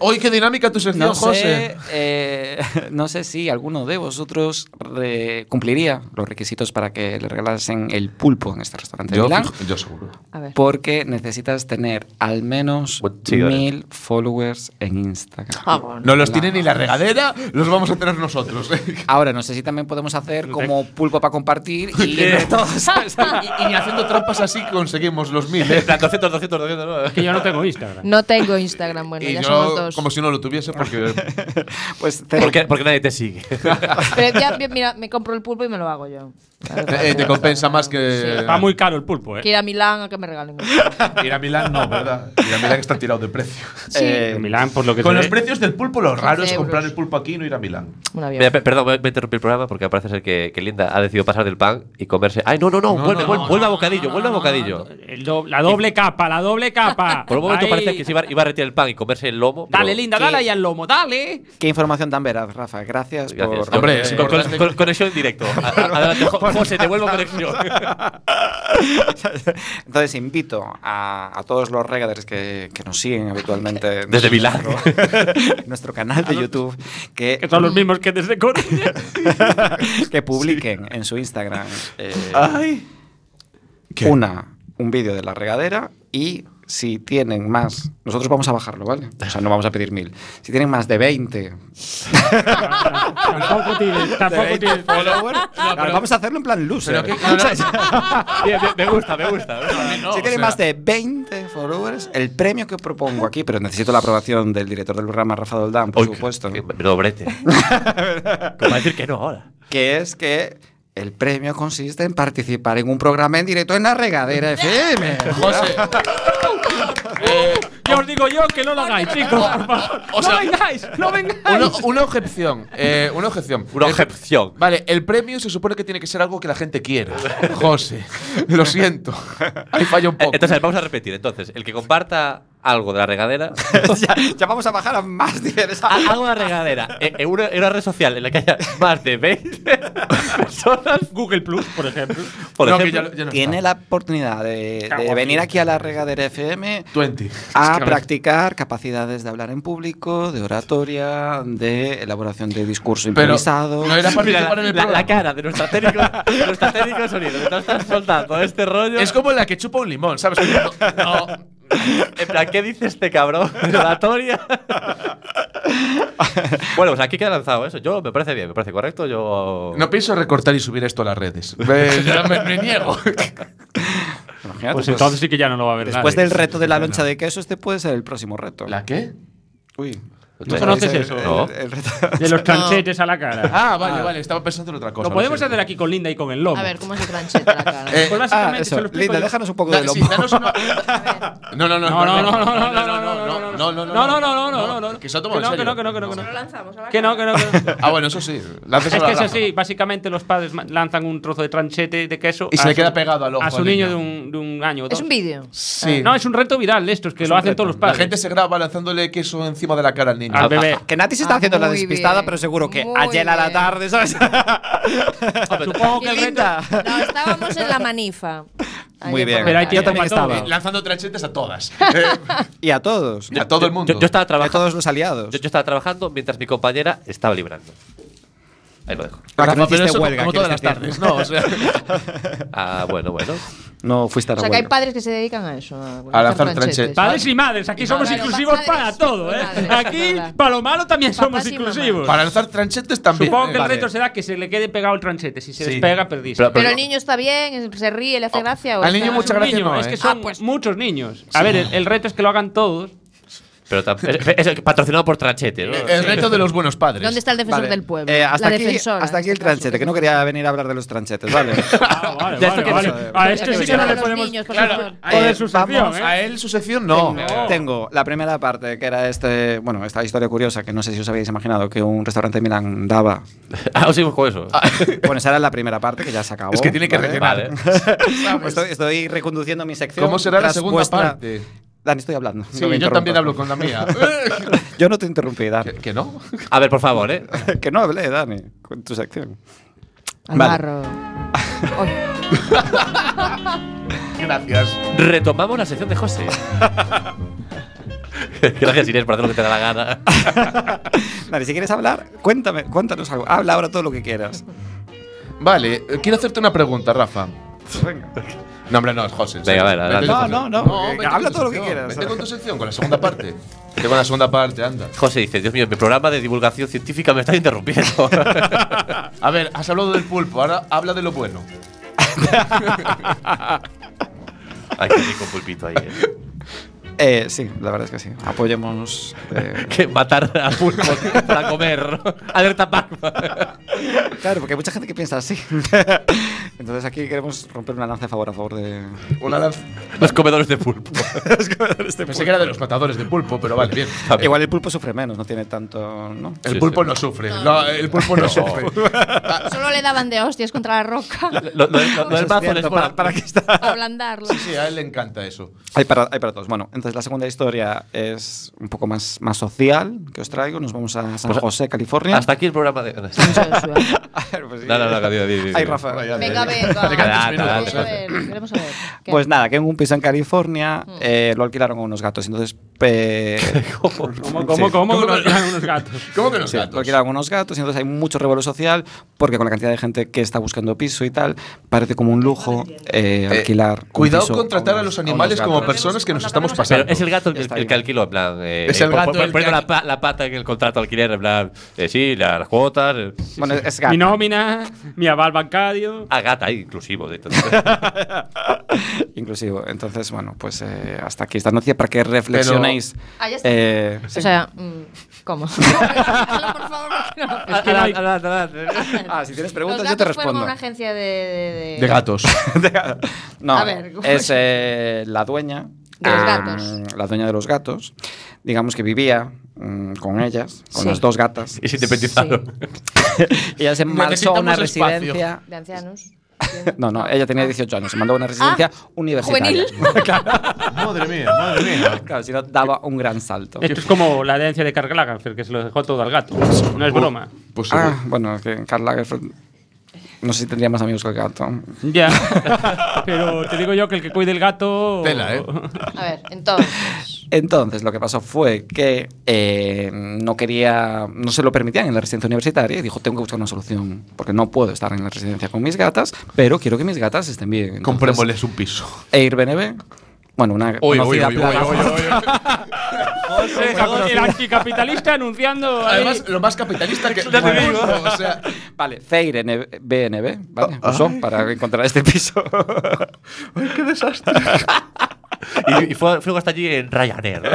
[SPEAKER 6] ¡Uy, qué dinámica tu sección,
[SPEAKER 1] no, sé,
[SPEAKER 6] José!
[SPEAKER 1] eh, no sé si alguno de vosotros re- cumpliría los requisitos para que le regalasen el pulpo en este restaurante de
[SPEAKER 6] Yo,
[SPEAKER 1] Milán.
[SPEAKER 6] fijo- yo seguro.
[SPEAKER 7] A ver.
[SPEAKER 1] Porque necesitas tener al menos
[SPEAKER 5] Buen seguidores.
[SPEAKER 1] mil followers en Instagram.
[SPEAKER 7] Ah, bueno.
[SPEAKER 6] No los tiene ni la regadera, los vamos a tener nosotros. ¿eh?
[SPEAKER 1] Ahora, no sé si también podemos hacer como pulpo para compartir y
[SPEAKER 8] ¿Qué?
[SPEAKER 1] entre todos, ¿sabes?
[SPEAKER 6] y ni haciendo trampas así conseguimos los mil,
[SPEAKER 5] En
[SPEAKER 6] ¿eh?
[SPEAKER 5] plan, 200, 200, 200, ¿no?
[SPEAKER 8] que yo no tengo Instagram.
[SPEAKER 7] No tengo Instagram, bueno,
[SPEAKER 6] y
[SPEAKER 7] ya
[SPEAKER 6] yo,
[SPEAKER 7] somos dos.
[SPEAKER 6] como si no lo tuviese, porque.
[SPEAKER 1] Pues cero
[SPEAKER 5] ¿Por qué, porque nadie te sigue.
[SPEAKER 7] Pero ya, bien, mira, me compro el pulpo y me lo hago yo.
[SPEAKER 6] Eh, te compensa más que-
[SPEAKER 7] Sí.
[SPEAKER 8] Está muy caro el pulpo,
[SPEAKER 7] Que
[SPEAKER 8] ¿eh?
[SPEAKER 7] ir a Milán a que me regalen. un-
[SPEAKER 6] Ir a Milán no, ¿verdad? Ir a Milán está tirado de precio.
[SPEAKER 1] Eh,
[SPEAKER 8] En Milán, por lo que
[SPEAKER 6] Con
[SPEAKER 8] se
[SPEAKER 6] los
[SPEAKER 8] ve-
[SPEAKER 6] precios del pulpo, lo raro es
[SPEAKER 7] 15
[SPEAKER 6] comprar
[SPEAKER 7] euros.
[SPEAKER 6] el pulpo aquí y no ir a Milán.
[SPEAKER 7] Un
[SPEAKER 5] Mira,
[SPEAKER 7] avión.
[SPEAKER 5] pe- perdón, voy a voy a interrumpir el programa porque parece ser que, que Linda ha decidido pasar del pan y comerse. ¡Ay, no, no, no! vuelve, vuelve, vuelve a bocadillo, vuelve a bocadillo.
[SPEAKER 8] El do- la doble capa, la doble capa.
[SPEAKER 5] Por un momento
[SPEAKER 8] Ahí.
[SPEAKER 5] parece que se iba, iba a retirar el pan y comerse el lomo. pero-
[SPEAKER 8] Dale, linda, dale ahí al lomo, dale.
[SPEAKER 1] Qué información tan veraz, Rafa. Gracias,
[SPEAKER 5] Gracias.
[SPEAKER 1] por.
[SPEAKER 6] Hombre, es
[SPEAKER 5] Con- con-
[SPEAKER 6] importante-
[SPEAKER 5] con- conexión en directo. A- a- Adelante, Jo- José, te vuelvo conexión.
[SPEAKER 1] Entonces invito a, a todos los regaders que, que nos siguen habitualmente en
[SPEAKER 5] Desde Milán.
[SPEAKER 1] nuestro, nuestro canal de YouTube que,
[SPEAKER 8] Que son los mismos que desde Coruña.
[SPEAKER 1] que publiquen en su Instagram eh, una un vídeo de la regadera y si tienen más, nosotros vamos a bajarlo, ¿vale? O sea, no vamos a pedir mil. Si tienen más de 20
[SPEAKER 8] tampoco tiene, tampoco tiene.
[SPEAKER 1] vamos a hacerlo en plan loser.
[SPEAKER 5] Bien, bien, me gusta, me gusta.
[SPEAKER 1] si tiene más de 20 followers, el premio que propongo aquí, pero necesito la aprobación del director del programa, Rafa Doldán, por
[SPEAKER 5] Uy,
[SPEAKER 1] supuesto,
[SPEAKER 5] qué- Menudo brete. ¿Cómo decir que no ahora?
[SPEAKER 1] que es que el premio consiste en participar en un programa en directo en la regadera FM.
[SPEAKER 6] José, Eh,
[SPEAKER 8] Yo os digo yo que no lo hagáis, chicos, por favor. no vengáis, no vengáis.
[SPEAKER 6] una, una objeción. eh, una objeción.
[SPEAKER 5] Una
[SPEAKER 6] Eh,
[SPEAKER 5] objeción.
[SPEAKER 6] Vale, el premio se supone que tiene que ser algo que la gente quiera. José, lo siento. Ahí falla un
[SPEAKER 5] Eh,
[SPEAKER 6] poco.
[SPEAKER 5] Entonces, vamos a repetir. Entonces, el que comparta algo de la regadera.
[SPEAKER 1] ya, ya vamos a bajar a más de esa-
[SPEAKER 5] a- Algo de la regadera. eh, En una, en una red social en la que haya más de 20 personas.
[SPEAKER 8] Google Plus, por ejemplo.
[SPEAKER 5] Por
[SPEAKER 6] No, que
[SPEAKER 5] ejemplo,
[SPEAKER 6] ya lo- ya no
[SPEAKER 1] Tiene
[SPEAKER 6] está.
[SPEAKER 1] la oportunidad de, de venir aquí a la regadera FM
[SPEAKER 6] 20.
[SPEAKER 1] a
[SPEAKER 6] Es que
[SPEAKER 1] practicar capacidades de hablar en público, de oratoria, de elaboración de discurso
[SPEAKER 6] Pero
[SPEAKER 1] improvisado.
[SPEAKER 6] no era
[SPEAKER 5] Mira, la,
[SPEAKER 6] participar en el
[SPEAKER 5] la- la
[SPEAKER 6] programa.
[SPEAKER 5] cara de nuestra técnico, de nuestra técnico de sonido, que tú estás soltando este rollo.
[SPEAKER 6] Es como la que chupa un limón, ¿sabes? No,
[SPEAKER 5] En plan, ¿qué dice este cabrón? Relatoria. bueno, pues aquí queda lanzado eso. Yo me parece bien, me parece correcto. Yo.
[SPEAKER 6] no pienso recortar y subir esto a las redes. Eh, ya me, me niego.
[SPEAKER 1] Imagínate,
[SPEAKER 8] Pues entonces sí que ya no lo va a ver
[SPEAKER 1] Después
[SPEAKER 8] nadie.
[SPEAKER 1] del reto de la loncha de queso, este puede ser el próximo reto.
[SPEAKER 6] ¿La ¿Oh? qué?
[SPEAKER 1] Uy.
[SPEAKER 5] ¿No
[SPEAKER 8] conoces
[SPEAKER 1] El-
[SPEAKER 8] eso?
[SPEAKER 1] el-
[SPEAKER 5] No.
[SPEAKER 1] el reto.
[SPEAKER 8] De los tranchetes a la cara.
[SPEAKER 6] Ah, pues vale, vale, estaba pensando en otra cosa.
[SPEAKER 8] Lo podemos hacer aquí con Linda y con el lomo.
[SPEAKER 7] A ver, ¿cómo es el tranchete la cara?
[SPEAKER 6] Eh,
[SPEAKER 8] Pues
[SPEAKER 1] Ah,
[SPEAKER 8] básicamente
[SPEAKER 1] eso.
[SPEAKER 8] se lo explico
[SPEAKER 1] Linda,
[SPEAKER 8] yo.
[SPEAKER 1] déjanos un poco
[SPEAKER 6] Da-
[SPEAKER 1] de
[SPEAKER 6] sí,
[SPEAKER 1] lomo.
[SPEAKER 6] danos una- No, no, no,
[SPEAKER 8] No, no, no, no, no, no, no, no,
[SPEAKER 6] no,
[SPEAKER 8] no, no, no, no, no, no, no.
[SPEAKER 6] Que se ha tomado
[SPEAKER 8] Que no,
[SPEAKER 6] en serio.
[SPEAKER 8] que no, que no, que no, que no.
[SPEAKER 7] lanzamos a la
[SPEAKER 8] Que no, que no, que no.
[SPEAKER 6] Ah, bueno, eso sí.
[SPEAKER 8] Es
[SPEAKER 6] lánzaselo
[SPEAKER 8] que
[SPEAKER 6] a
[SPEAKER 8] es
[SPEAKER 6] Rafa.
[SPEAKER 8] así, básicamente los padres ma- lanzan un trozo de tranchete de queso.
[SPEAKER 6] Y se
[SPEAKER 8] a
[SPEAKER 6] le
[SPEAKER 8] su-
[SPEAKER 6] queda pegado al ojo
[SPEAKER 8] A su
[SPEAKER 6] al
[SPEAKER 8] niño
[SPEAKER 6] niño.
[SPEAKER 8] de un, de un año o dos.
[SPEAKER 7] Es un vídeo.
[SPEAKER 6] Sí.
[SPEAKER 8] No, es un reto viral de estos que lo hacen todos los
[SPEAKER 6] La
[SPEAKER 8] padres.
[SPEAKER 6] gente se graba lanzándole queso encima de la cara al niño.
[SPEAKER 8] Al bebé.
[SPEAKER 1] Que Nati se está
[SPEAKER 7] Ah,
[SPEAKER 1] haciendo la
[SPEAKER 7] muy
[SPEAKER 1] despistada,
[SPEAKER 7] bien,
[SPEAKER 1] pero seguro que
[SPEAKER 7] muy
[SPEAKER 1] ayer a la
[SPEAKER 7] bien.
[SPEAKER 1] tarde, ¿sabes?
[SPEAKER 8] Supongo que el reto.
[SPEAKER 7] No, estábamos en la manifa.
[SPEAKER 1] Muy bien.
[SPEAKER 8] Pero hay
[SPEAKER 1] Yo
[SPEAKER 8] tiempo
[SPEAKER 1] también
[SPEAKER 8] para
[SPEAKER 1] estaba.
[SPEAKER 8] todo.
[SPEAKER 6] Lanzando trachetes a todas.
[SPEAKER 1] Y a todos.
[SPEAKER 6] Eh, a todo el mundo.
[SPEAKER 5] Yo, yo estaba
[SPEAKER 1] A
[SPEAKER 5] trabajando.
[SPEAKER 1] todos los aliados.
[SPEAKER 5] Yo, yo estaba trabajando mientras mi compañera estaba librando. Ahí lo dejo.
[SPEAKER 1] Ahora
[SPEAKER 6] Como- pero
[SPEAKER 1] hiciste
[SPEAKER 6] eso como-
[SPEAKER 1] huelga,
[SPEAKER 6] como todas las
[SPEAKER 1] ¿quieres
[SPEAKER 6] tardes,
[SPEAKER 1] decir?
[SPEAKER 6] ¿no? O sea,
[SPEAKER 5] Ah, bueno, bueno.
[SPEAKER 1] No fuiste a
[SPEAKER 7] O
[SPEAKER 1] la
[SPEAKER 7] sea que hay
[SPEAKER 1] huelga.
[SPEAKER 7] padres que se dedican a eso.
[SPEAKER 6] A lanzar tranchetes.
[SPEAKER 8] Padres y madres, aquí somos
[SPEAKER 7] madres,
[SPEAKER 8] inclusivos
[SPEAKER 7] padres,
[SPEAKER 8] para todo, ¿eh?
[SPEAKER 7] madres,
[SPEAKER 8] Aquí,
[SPEAKER 7] verdad.
[SPEAKER 8] para lo malo, también
[SPEAKER 7] Papás
[SPEAKER 8] somos
[SPEAKER 7] y
[SPEAKER 8] inclusivos.
[SPEAKER 6] para lanzar tranchetes también.
[SPEAKER 8] Supongo que el
[SPEAKER 6] Vale.
[SPEAKER 8] reto será que se le quede pegado el tranchete. Si se
[SPEAKER 6] Sí.
[SPEAKER 8] despega, perdiste.
[SPEAKER 5] Pero-
[SPEAKER 7] Pero el niño está bien, se ríe,
[SPEAKER 1] Oh,
[SPEAKER 7] le hace gracia. o
[SPEAKER 6] Al niño
[SPEAKER 7] está-
[SPEAKER 6] mucha
[SPEAKER 8] Un
[SPEAKER 6] gracia
[SPEAKER 8] niño,
[SPEAKER 6] no,
[SPEAKER 8] es
[SPEAKER 6] ¿eh?
[SPEAKER 8] que son
[SPEAKER 7] Ah, pues-
[SPEAKER 8] muchos niños. A ver, el, el reto es que lo hagan todos.
[SPEAKER 5] Pero tam- es, es patrocinado por Tranchete, ¿no?
[SPEAKER 6] Eh,
[SPEAKER 1] Eh,
[SPEAKER 6] El reto de los buenos padres.
[SPEAKER 7] ¿Dónde está el defensor
[SPEAKER 1] Vale.
[SPEAKER 7] del pueblo?
[SPEAKER 1] Eh, hasta,
[SPEAKER 7] la
[SPEAKER 1] aquí,
[SPEAKER 7] defensora,
[SPEAKER 1] hasta aquí
[SPEAKER 7] en
[SPEAKER 1] el
[SPEAKER 7] este caso.
[SPEAKER 1] tranchete, que no quería venir a hablar de los tranchetes, ¿vale?
[SPEAKER 8] vale,
[SPEAKER 5] Ya esto vale, que- vale.
[SPEAKER 8] A
[SPEAKER 7] Pero
[SPEAKER 8] este sí
[SPEAKER 7] es
[SPEAKER 8] que no
[SPEAKER 7] para
[SPEAKER 8] le
[SPEAKER 7] los
[SPEAKER 8] podemos.
[SPEAKER 7] niños, por
[SPEAKER 6] Claro,
[SPEAKER 7] favor.
[SPEAKER 8] O de
[SPEAKER 6] eh,
[SPEAKER 8] su sección,
[SPEAKER 6] vamos,
[SPEAKER 8] ¿eh?
[SPEAKER 6] A él su sección no.
[SPEAKER 1] Tengo la primera parte, que era este, bueno, esta historia curiosa, que no sé si os habéis imaginado, que un restaurante de Milán daba.
[SPEAKER 5] Ah, os sigo con eso.
[SPEAKER 1] Bueno, esa era la primera parte, que ya se acabó.
[SPEAKER 6] Es que tiene que
[SPEAKER 1] ¿vale?
[SPEAKER 6] rellenar.
[SPEAKER 5] vale.
[SPEAKER 1] Pues estoy, estoy reconduciendo mi sección.
[SPEAKER 6] ¿Cómo será la
[SPEAKER 1] tras
[SPEAKER 6] segunda
[SPEAKER 1] vuestra-
[SPEAKER 6] parte?
[SPEAKER 1] Dani, estoy hablando.
[SPEAKER 6] Sí,
[SPEAKER 1] no me
[SPEAKER 6] yo también
[SPEAKER 1] interrumpas.
[SPEAKER 6] hablo con la mía.
[SPEAKER 1] Yo no te interrumpí, Dani.
[SPEAKER 6] ¿Que- ¿Que no?
[SPEAKER 5] A ver, por favor, ¿eh?
[SPEAKER 1] que no hablé, Dani, con tu sección.
[SPEAKER 7] Al
[SPEAKER 1] Vale.
[SPEAKER 7] barro. Oy,
[SPEAKER 6] Gracias.
[SPEAKER 5] Retomamos la sección de José. Gracias, Inés, por hacer lo que te da la gana.
[SPEAKER 1] Dani, si quieres hablar, cuéntame, cuéntanos algo. Habla ahora todo lo que quieras.
[SPEAKER 6] Vale, eh, quiero hacerte una pregunta, Rafa. No, hombre, no, es José. en
[SPEAKER 5] Venga,
[SPEAKER 6] serio.
[SPEAKER 5] a ver, adelante.
[SPEAKER 6] Vete con-
[SPEAKER 1] No, no, no,
[SPEAKER 6] vete
[SPEAKER 1] que
[SPEAKER 6] con
[SPEAKER 1] habla
[SPEAKER 6] tu
[SPEAKER 1] todo lo que
[SPEAKER 6] sección,
[SPEAKER 1] quieras.
[SPEAKER 6] Vete con tu sección, con la segunda parte. Vete con la segunda parte, anda.
[SPEAKER 5] José dice, Dios mío, mi programa de divulgación científica me está interrumpiendo.
[SPEAKER 6] A ver, has hablado del pulpo, ahora habla de lo bueno.
[SPEAKER 5] Ay, qué rico pulpito ahí, ¿eh?
[SPEAKER 1] Eh, sí, la verdad es que sí. Apoyémonos. eh,
[SPEAKER 5] Que matar a pulpos para comer. Alerta Pac.
[SPEAKER 1] Claro, porque hay mucha gente que piensa así. Entonces aquí queremos romper una lanza a favor a favor de.
[SPEAKER 6] Una lanza.
[SPEAKER 5] Los comedores de pulpo.
[SPEAKER 6] Pensé que era de los matadores de este pulpo, pero vale, bien.
[SPEAKER 1] Igual el pulpo sufre menos, no tiene tanto. ¿no?
[SPEAKER 6] El
[SPEAKER 5] Sí,
[SPEAKER 6] pulpo
[SPEAKER 5] sí.
[SPEAKER 6] no sufre. No, el pulpo no sufre.
[SPEAKER 7] Solo le daban de hostias contra la roca.
[SPEAKER 5] Lo, lo- lo- lo
[SPEAKER 1] Eso
[SPEAKER 5] del
[SPEAKER 1] es
[SPEAKER 5] mazo
[SPEAKER 1] cierto,
[SPEAKER 5] les
[SPEAKER 1] para,
[SPEAKER 5] mola.
[SPEAKER 1] para que está.
[SPEAKER 7] Para ablandarlo.
[SPEAKER 6] Sí, a él le encanta eso.
[SPEAKER 1] Hay para, hay para todos. Bueno, entonces la segunda historia es un poco más, más social que os traigo. Nos vamos a San
[SPEAKER 5] Pues,
[SPEAKER 1] José, California.
[SPEAKER 5] Hasta aquí el programa de.
[SPEAKER 1] A ver, pues sí.
[SPEAKER 5] No, no, no, di, di, di, di.
[SPEAKER 1] Ay, Rafa.
[SPEAKER 7] Venga, venga.
[SPEAKER 5] Adelante,
[SPEAKER 7] Queremos
[SPEAKER 5] adelante.
[SPEAKER 7] saber, Queremos saber. ¿Qué?
[SPEAKER 1] Pues nada, que en un piso en California eh, lo alquilaron a unos gatos. Entonces. eh,
[SPEAKER 8] ¿Cómo, cómo,
[SPEAKER 1] Sí.
[SPEAKER 8] cómo? que nos dan unos gatos?
[SPEAKER 6] ¿Cómo que los
[SPEAKER 1] Sí,
[SPEAKER 6] gatos?
[SPEAKER 1] lo alquilaron unos gatos y entonces hay mucho revuelo social porque con la cantidad de gente que está buscando piso y tal, parece como un lujo eh,
[SPEAKER 6] Eh,
[SPEAKER 1] alquilar. un
[SPEAKER 6] Cuidado
[SPEAKER 1] piso
[SPEAKER 6] con tratar a
[SPEAKER 1] unos-
[SPEAKER 6] los animales
[SPEAKER 1] unos
[SPEAKER 6] como
[SPEAKER 1] gatos.
[SPEAKER 6] personas que nos estamos
[SPEAKER 5] Pero
[SPEAKER 6] pasando.
[SPEAKER 5] es el gato el,
[SPEAKER 1] Está
[SPEAKER 5] el
[SPEAKER 1] bien.
[SPEAKER 5] que alquiló, en plan. eh,
[SPEAKER 6] Es
[SPEAKER 5] eh,
[SPEAKER 6] el
[SPEAKER 5] pon-
[SPEAKER 6] gato
[SPEAKER 5] pon-
[SPEAKER 6] el que
[SPEAKER 5] poniendo la,
[SPEAKER 6] alqui-
[SPEAKER 5] pa- la pata en el contrato de alquiler, en plan. eh, sí, la- las cuotas. eh,
[SPEAKER 1] Bueno, es gato.
[SPEAKER 8] Mi nómina, mi aval bancario.
[SPEAKER 5] a Ah, gata ahí, inclusivo. De,
[SPEAKER 1] Inclusivo. Entonces, bueno, pues eh, hasta aquí esta noticia para que reflexionéis.
[SPEAKER 7] Ah, ya está.
[SPEAKER 1] eh,
[SPEAKER 7] O sea, mm, ¿cómo? Explícalo, por favor, porque no.
[SPEAKER 8] que no hay-
[SPEAKER 5] Adelante, adelante, adelante.
[SPEAKER 1] ah, si tienes
[SPEAKER 7] Los
[SPEAKER 1] preguntas, yo te
[SPEAKER 7] gatos fueron a
[SPEAKER 1] respondo.
[SPEAKER 7] una agencia de. de- de-
[SPEAKER 6] De gatos.
[SPEAKER 1] no,
[SPEAKER 7] A ver, ¿cómo
[SPEAKER 1] es
[SPEAKER 7] es?
[SPEAKER 1] eh, la dueña.
[SPEAKER 7] De los
[SPEAKER 1] eh,
[SPEAKER 7] gatos.
[SPEAKER 1] La dueña de los gatos. Digamos que vivía mm, con ellas, con
[SPEAKER 7] Sí.
[SPEAKER 1] las dos gatas.
[SPEAKER 5] Y se independizaron.
[SPEAKER 1] Ella se marchó a una
[SPEAKER 6] Necesitamos espacio.
[SPEAKER 1] residencia.
[SPEAKER 7] De ancianos. Ah.
[SPEAKER 1] No, no, ella tenía 18 años, se mandó a una residencia universitaria.
[SPEAKER 6] madre mía, madre mía.
[SPEAKER 1] claro, si no, daba un gran salto.
[SPEAKER 8] Esto es como la herencia de Karl Lagerfeld, que se lo dejó todo al gato. No es broma.
[SPEAKER 6] Pues sí.
[SPEAKER 1] Ah, bueno, que Karl Lagerfeld. No sé si tendría más amigos que el gato.
[SPEAKER 8] Ya. Pero te digo yo que el que cuide el gato.
[SPEAKER 6] Tela, ¿eh?
[SPEAKER 7] A ver, entonces.
[SPEAKER 1] Entonces, lo que pasó fue que eh, no quería, no se lo permitían en la residencia universitaria y dijo: Tengo que buscar una solución porque no puedo estar en la residencia con mis gatas, pero quiero que mis gatas estén bien. Entonces,
[SPEAKER 6] Comprémosles un piso.
[SPEAKER 1] Airbnb, bueno, una
[SPEAKER 6] Oye, oye,
[SPEAKER 1] conocida
[SPEAKER 6] oye, oye,
[SPEAKER 1] plataforma-
[SPEAKER 6] oye, oye.
[SPEAKER 8] El, el anticapitalista anunciando. ahí-
[SPEAKER 6] pues, Además, lo más capitalista que.
[SPEAKER 5] Ya te digo.
[SPEAKER 6] O sea,
[SPEAKER 1] Vale, Feire BNB, ¿vale? Usó para encontrar este piso.
[SPEAKER 5] Y, y fue, fue hasta allí en Ryanair. ¿no?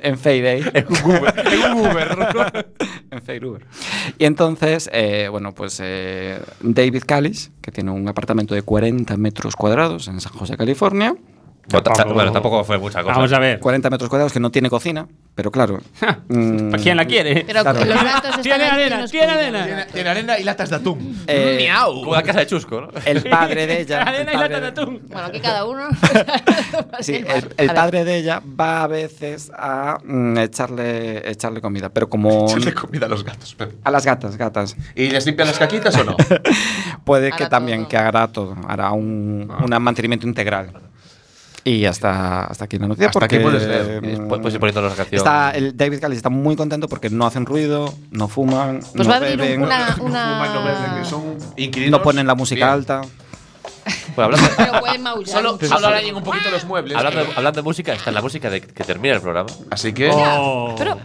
[SPEAKER 1] en Fayday.
[SPEAKER 5] En un Uber. En un Uber.
[SPEAKER 1] en Facebook. Y entonces, eh, bueno, pues eh, David Callis, que tiene un apartamento de 40 metros cuadrados en San José, California.
[SPEAKER 5] Bueno, ta- ta- bueno, tampoco fue mucha cosa.
[SPEAKER 8] Vamos a ver.
[SPEAKER 1] 40 metros cuadrados que no tiene cocina. Pero claro. mm,
[SPEAKER 8] ¿Para quién la quiere?
[SPEAKER 7] Pero
[SPEAKER 1] Claro.
[SPEAKER 7] los gatos están
[SPEAKER 8] Tiene
[SPEAKER 7] aquí,
[SPEAKER 8] arena,
[SPEAKER 7] nos
[SPEAKER 8] tiene
[SPEAKER 7] cuidan.
[SPEAKER 8] arena.
[SPEAKER 6] Tiene arena y latas de atún.
[SPEAKER 1] eh,
[SPEAKER 5] Como la casa de Chusco, ¿no?
[SPEAKER 1] El padre de ella.
[SPEAKER 8] Arena y
[SPEAKER 1] el padre
[SPEAKER 8] lata de
[SPEAKER 1] de-
[SPEAKER 8] atún.
[SPEAKER 7] Bueno, aquí cada uno.
[SPEAKER 1] Sí, el,
[SPEAKER 7] A ver,
[SPEAKER 1] el padre de ella va a veces a mm, echarle, echarle comida, pero como
[SPEAKER 6] Echarle comida a los gatos. pero-
[SPEAKER 1] a las gatas, gatas.
[SPEAKER 6] ¿Y les limpian las caquitas o no?
[SPEAKER 1] Puede
[SPEAKER 7] Hará
[SPEAKER 1] que también
[SPEAKER 7] todo.
[SPEAKER 1] que hará todo, hará un,
[SPEAKER 5] Ah.
[SPEAKER 1] un mantenimiento integral. Y hasta, hasta aquí la noticia.
[SPEAKER 6] Hasta aquí
[SPEAKER 1] porque,
[SPEAKER 6] puede ser.
[SPEAKER 1] mm,
[SPEAKER 5] Pu- Puedes ir poniendo la canción.
[SPEAKER 1] Está, eh. el David Cali está muy contento porque no hacen ruido, no fuman, no
[SPEAKER 7] Pues va a abrir
[SPEAKER 1] beben,
[SPEAKER 7] un- una.
[SPEAKER 6] No beben,
[SPEAKER 7] una...
[SPEAKER 6] que son
[SPEAKER 1] no
[SPEAKER 6] inquilinos.
[SPEAKER 1] ponen la música
[SPEAKER 6] Bien.
[SPEAKER 1] alta.
[SPEAKER 5] Bueno, hablando,
[SPEAKER 7] Pero pueden maullar.
[SPEAKER 6] Solo, solo arañen un poquito los muebles. Eh,
[SPEAKER 5] hablando, de, hablando de música, esta es la música de que termina el programa.
[SPEAKER 6] Así que.
[SPEAKER 8] Oh.
[SPEAKER 7] Pero.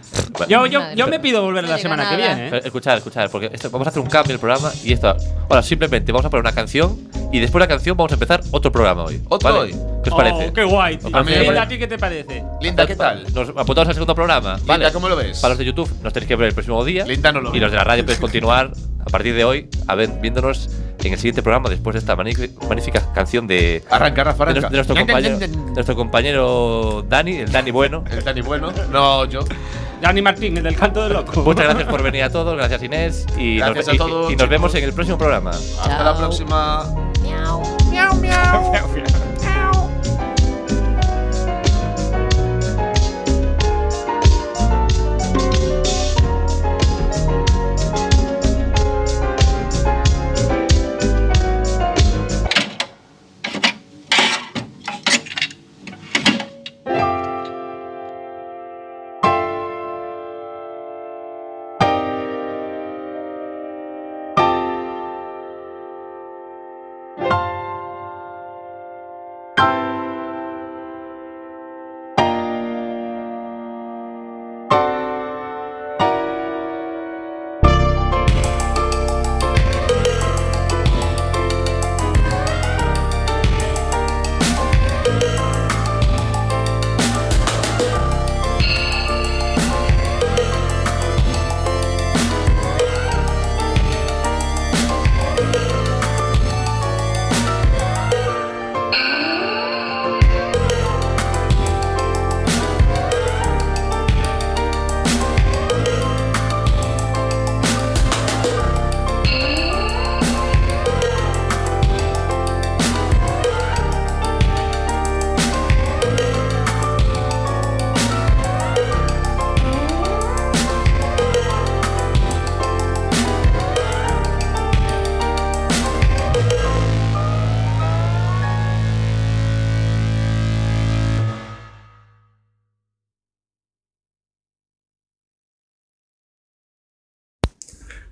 [SPEAKER 8] Yo, yo,
[SPEAKER 7] Madre
[SPEAKER 8] yo
[SPEAKER 7] mía.
[SPEAKER 8] me pido volver
[SPEAKER 7] No
[SPEAKER 8] la
[SPEAKER 7] digo
[SPEAKER 8] semana que
[SPEAKER 7] nada.
[SPEAKER 8] viene, ¿eh?
[SPEAKER 5] Pero Escuchad, escuchad, porque esto- vamos a hacer un cambio en el programa y esto. Ahora, simplemente vamos a poner una canción y después de la canción vamos a empezar otro programa hoy.
[SPEAKER 6] Otro hoy.
[SPEAKER 5] ¿vale? ¿Qué os parece?
[SPEAKER 8] Oh, qué guay, tío.
[SPEAKER 6] A mí me
[SPEAKER 8] Linda,
[SPEAKER 6] parece-
[SPEAKER 8] ¿a ti qué te parece?
[SPEAKER 6] Linda, ¿qué tal?
[SPEAKER 5] Nos apuntamos al segundo programa. ¿vale?
[SPEAKER 6] ¿cómo lo ves?
[SPEAKER 5] Para los de YouTube nos tenéis que ver el próximo día.
[SPEAKER 6] Linda, no lo
[SPEAKER 5] Y los
[SPEAKER 6] veo.
[SPEAKER 5] de la radio podéis continuar a partir de hoy, a ver, viéndonos en el siguiente programa después de esta magnífica magnífica canción de.
[SPEAKER 6] Arranca, Rafa,
[SPEAKER 5] de
[SPEAKER 6] arranca.
[SPEAKER 5] nos- de nuestro,
[SPEAKER 6] Ñan, ñan,
[SPEAKER 5] compañero,
[SPEAKER 6] ñan, ñan.
[SPEAKER 5] de nuestro compañero Dani, el Dani Bueno.
[SPEAKER 6] El Dani bueno. No, yo.
[SPEAKER 8] Dani Martín, el del canto de loco.
[SPEAKER 5] Muchas gracias por venir a todos, gracias Inés. Y
[SPEAKER 6] Gracias
[SPEAKER 5] nos,
[SPEAKER 6] a
[SPEAKER 5] y-
[SPEAKER 6] todos,
[SPEAKER 5] y nos vemos
[SPEAKER 6] chicos.
[SPEAKER 5] en el próximo programa.
[SPEAKER 6] Hasta la próxima.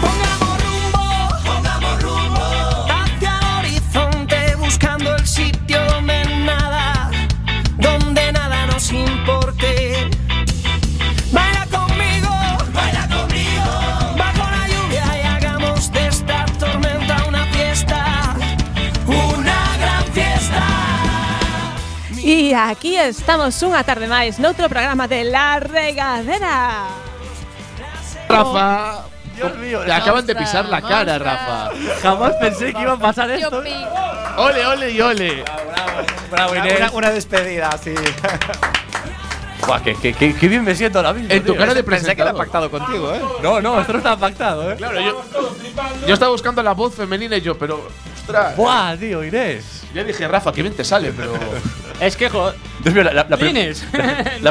[SPEAKER 4] Pongamos rumbo, pongamos rumbo hacia el horizonte buscando el sitio donde nada, donde nada nos importe. Baila conmigo, baila conmigo, bajo la lluvia y hagamos de esta tormenta una fiesta, una gran fiesta.
[SPEAKER 9] E aquí estamos unha tarde máis noutro programa de La Regadera.
[SPEAKER 10] Rafa.
[SPEAKER 5] Dios mío,
[SPEAKER 10] Te acaban de pisar la
[SPEAKER 7] mostra.
[SPEAKER 10] cara, Rafa.
[SPEAKER 5] jamás pensé que iba a pasar
[SPEAKER 7] Yo
[SPEAKER 5] esto.
[SPEAKER 7] pico.
[SPEAKER 10] Ole, ole y ole.
[SPEAKER 5] Bravo, Inés.
[SPEAKER 1] despedida así.
[SPEAKER 5] Buah, que, que- que- que bien me siento ahora mismo.
[SPEAKER 10] En tu
[SPEAKER 5] tío.
[SPEAKER 10] cara de
[SPEAKER 1] Pensé que era
[SPEAKER 10] presentador.
[SPEAKER 1] pactado contigo, ¿eh?
[SPEAKER 5] No, no, esto no está pactado, eh.
[SPEAKER 10] Claro, yo,
[SPEAKER 6] Yo estaba buscando la voz femenina y yo, pero. Ostras.
[SPEAKER 5] Buah, tío, Inés.
[SPEAKER 6] Ya dije, Rafa, que bien te sale, pero.
[SPEAKER 8] Es que, joder.
[SPEAKER 5] Dios mío, la, la- la prim-
[SPEAKER 8] Tienes.
[SPEAKER 5] la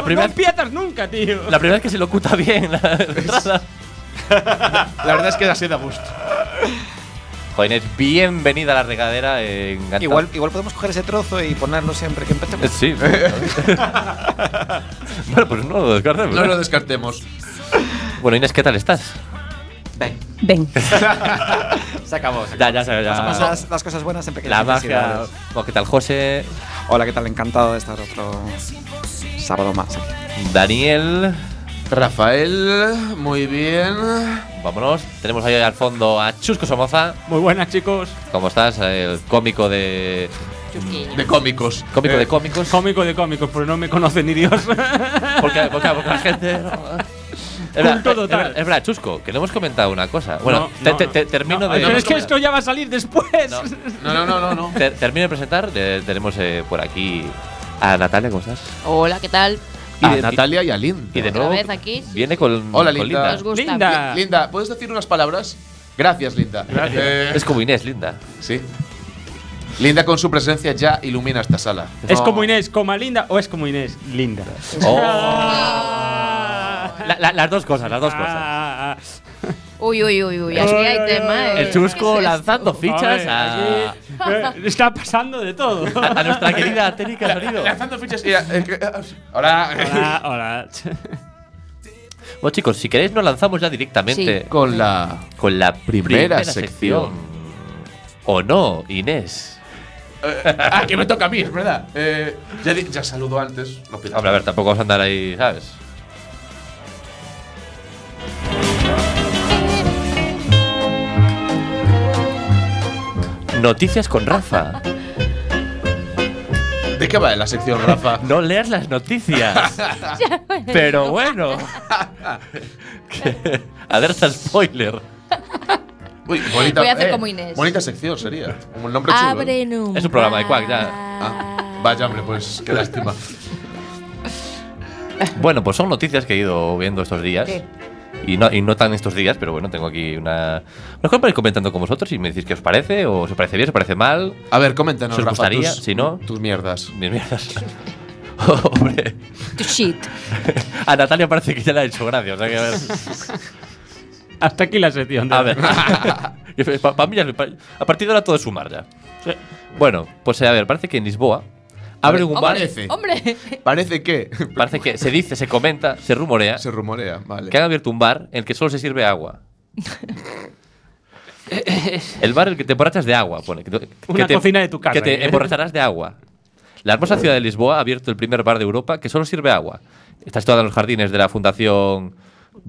[SPEAKER 8] no,
[SPEAKER 5] primera-
[SPEAKER 8] no empiezas nunca, tío.
[SPEAKER 5] la primera vez que se lo cuta bien la la entrada.
[SPEAKER 6] La verdad es que da sed a gusto.
[SPEAKER 5] Joder, Inés, bienvenida a la regadera. eh, encantado.
[SPEAKER 1] Igual, igual podemos coger ese trozo y ponerlo siempre que
[SPEAKER 5] Eh,
[SPEAKER 1] empecemos.
[SPEAKER 5] Sí. bueno, pues no lo descartemos.
[SPEAKER 6] No lo descartemos.
[SPEAKER 5] Bueno, Inés, ¿qué tal estás?
[SPEAKER 9] Ben.
[SPEAKER 1] Se acabó. se
[SPEAKER 5] Ya, ya, ya.
[SPEAKER 1] acabó. Las
[SPEAKER 5] ya.
[SPEAKER 1] cosas- las cosas buenas en pequeñas
[SPEAKER 5] La magia.
[SPEAKER 1] intensidades.
[SPEAKER 5] Bueno, ¿Qué tal, José?
[SPEAKER 1] Hola, ¿qué tal? Encantado de estar otro sábado más aquí.
[SPEAKER 5] Daniel.
[SPEAKER 6] Rafael, muy bien.
[SPEAKER 5] Vámonos. Tenemos ahí al fondo a Chusco Somoza.
[SPEAKER 8] Muy buenas, chicos.
[SPEAKER 5] ¿Cómo estás? El cómico de
[SPEAKER 7] Chuquillo.
[SPEAKER 6] De cómicos.
[SPEAKER 5] Cómico
[SPEAKER 6] Eh,
[SPEAKER 5] de cómicos.
[SPEAKER 8] Cómico de cómicos, pero no me conoce ni Dios.
[SPEAKER 5] Porque, porque- porque la gente. Es verdad,
[SPEAKER 8] Culto total.
[SPEAKER 5] es verdad- es verdad, Chusco, que no hemos comentado una cosa. Bueno,
[SPEAKER 8] No,
[SPEAKER 5] te-
[SPEAKER 8] no,
[SPEAKER 5] te- te-
[SPEAKER 8] no.
[SPEAKER 5] termino de.
[SPEAKER 8] Pero es que esto ya va a salir después.
[SPEAKER 5] No.
[SPEAKER 6] No, no, no, no. no.
[SPEAKER 5] Te- termino de presentar. eh, tenemos eh, por aquí a Natalia, ¿cómo estás?
[SPEAKER 7] Hola, ¿qué tal?
[SPEAKER 5] Y
[SPEAKER 6] A
[SPEAKER 5] de-
[SPEAKER 6] Natalia y a Linda.
[SPEAKER 5] Y de
[SPEAKER 7] Otra
[SPEAKER 5] nuevo.
[SPEAKER 7] vez aquí.
[SPEAKER 5] Viene con.
[SPEAKER 6] Hola,
[SPEAKER 5] con
[SPEAKER 6] Linda.
[SPEAKER 7] Os gusta.
[SPEAKER 8] Linda.
[SPEAKER 6] Linda, ¿puedes decir unas palabras? Gracias, Linda. Gracias.
[SPEAKER 5] Es como Inés, linda.
[SPEAKER 6] sí. Linda con su presencia ya ilumina esta sala.
[SPEAKER 8] ¿Es
[SPEAKER 6] No.
[SPEAKER 8] como Inés, coma linda o es como Inés, linda? Oh.
[SPEAKER 5] Oh, La- la- las dos cosas, las dos cosas.
[SPEAKER 8] Ah,
[SPEAKER 7] Uy, uy, uy, uy. Aquí
[SPEAKER 8] Ay,
[SPEAKER 7] hay
[SPEAKER 8] ay,
[SPEAKER 7] tema.
[SPEAKER 8] ay.
[SPEAKER 7] eh.
[SPEAKER 5] El chusco
[SPEAKER 7] ¿Qué es esto?
[SPEAKER 5] lanzando fichas
[SPEAKER 8] Joder,
[SPEAKER 5] a,
[SPEAKER 8] aquí, eh, Está pasando de todo.
[SPEAKER 5] a nuestra querida técnica sonido.
[SPEAKER 6] Lanzando fichas y. eh, eh, Hola.
[SPEAKER 8] Hola, hola.
[SPEAKER 5] Bueno, chicos, si queréis, nos lanzamos ya directamente
[SPEAKER 7] Sí.
[SPEAKER 6] Con la.
[SPEAKER 5] con la primera,
[SPEAKER 6] sección.
[SPEAKER 5] sección. ¿O no, Inés? Eh,
[SPEAKER 6] ah, que me toca a mí, es verdad. Eh, ya, di- ya saludo antes. Lo pido.
[SPEAKER 5] Hombre, a ver, tampoco vas a andar ahí, ¿sabes? Noticias con Rafa.
[SPEAKER 6] ¿De qué va la sección, Rafa?
[SPEAKER 5] No leas las noticias. Pero bueno. Que- Alerta spoiler.
[SPEAKER 6] Uy, bonita, eh,
[SPEAKER 7] Voy a hacer como Inés.
[SPEAKER 6] Bonita sección sería. Un nombre chulo. ¿eh?
[SPEAKER 7] Abren un.
[SPEAKER 5] Es un programa de Quack,
[SPEAKER 7] cuac
[SPEAKER 5] ya.
[SPEAKER 6] Ah, vaya, hombre, pues qué lástima.
[SPEAKER 5] Bueno, pues son noticias que he ido viendo estos días.
[SPEAKER 7] ¿Qué?
[SPEAKER 5] Y no, y no tan estos días, pero bueno, tengo aquí una. Mejor para ir comentando con vosotros y me decís qué os parece, o os parece bien, os parece mal.
[SPEAKER 6] A ver, coméntanos,
[SPEAKER 5] Si os
[SPEAKER 6] Rafa,
[SPEAKER 5] gustaría,
[SPEAKER 6] tus,
[SPEAKER 5] si no-
[SPEAKER 6] tus mierdas.
[SPEAKER 5] Mis mierdas. Hombre.
[SPEAKER 7] Shit.
[SPEAKER 5] A Natalia parece que ya le ha hecho gracia. O sea que a ver.
[SPEAKER 8] Hasta aquí la sección. de-
[SPEAKER 5] A ver. Pa- pa' mí ya- pa- a partir de ahora todo es sumar ya. Bueno, pues a ver, parece que en Lisboa abren un bar.
[SPEAKER 6] Parece.
[SPEAKER 7] Hombre.
[SPEAKER 6] Parece que.
[SPEAKER 5] Parece que se dice, se comenta, se rumorea
[SPEAKER 6] Se rumorea, vale.
[SPEAKER 5] que han abierto un bar en el que solo se sirve agua. el bar en el que te emborrachas de agua, pone. Que te-
[SPEAKER 8] Una
[SPEAKER 5] te-
[SPEAKER 8] cocina de tu casa,
[SPEAKER 5] Que te
[SPEAKER 8] ¿eh?
[SPEAKER 5] emborracharás de agua. La hermosa ciudad de Lisboa ha abierto el primer bar de Europa que solo sirve agua. Está situada en los jardines de la Fundación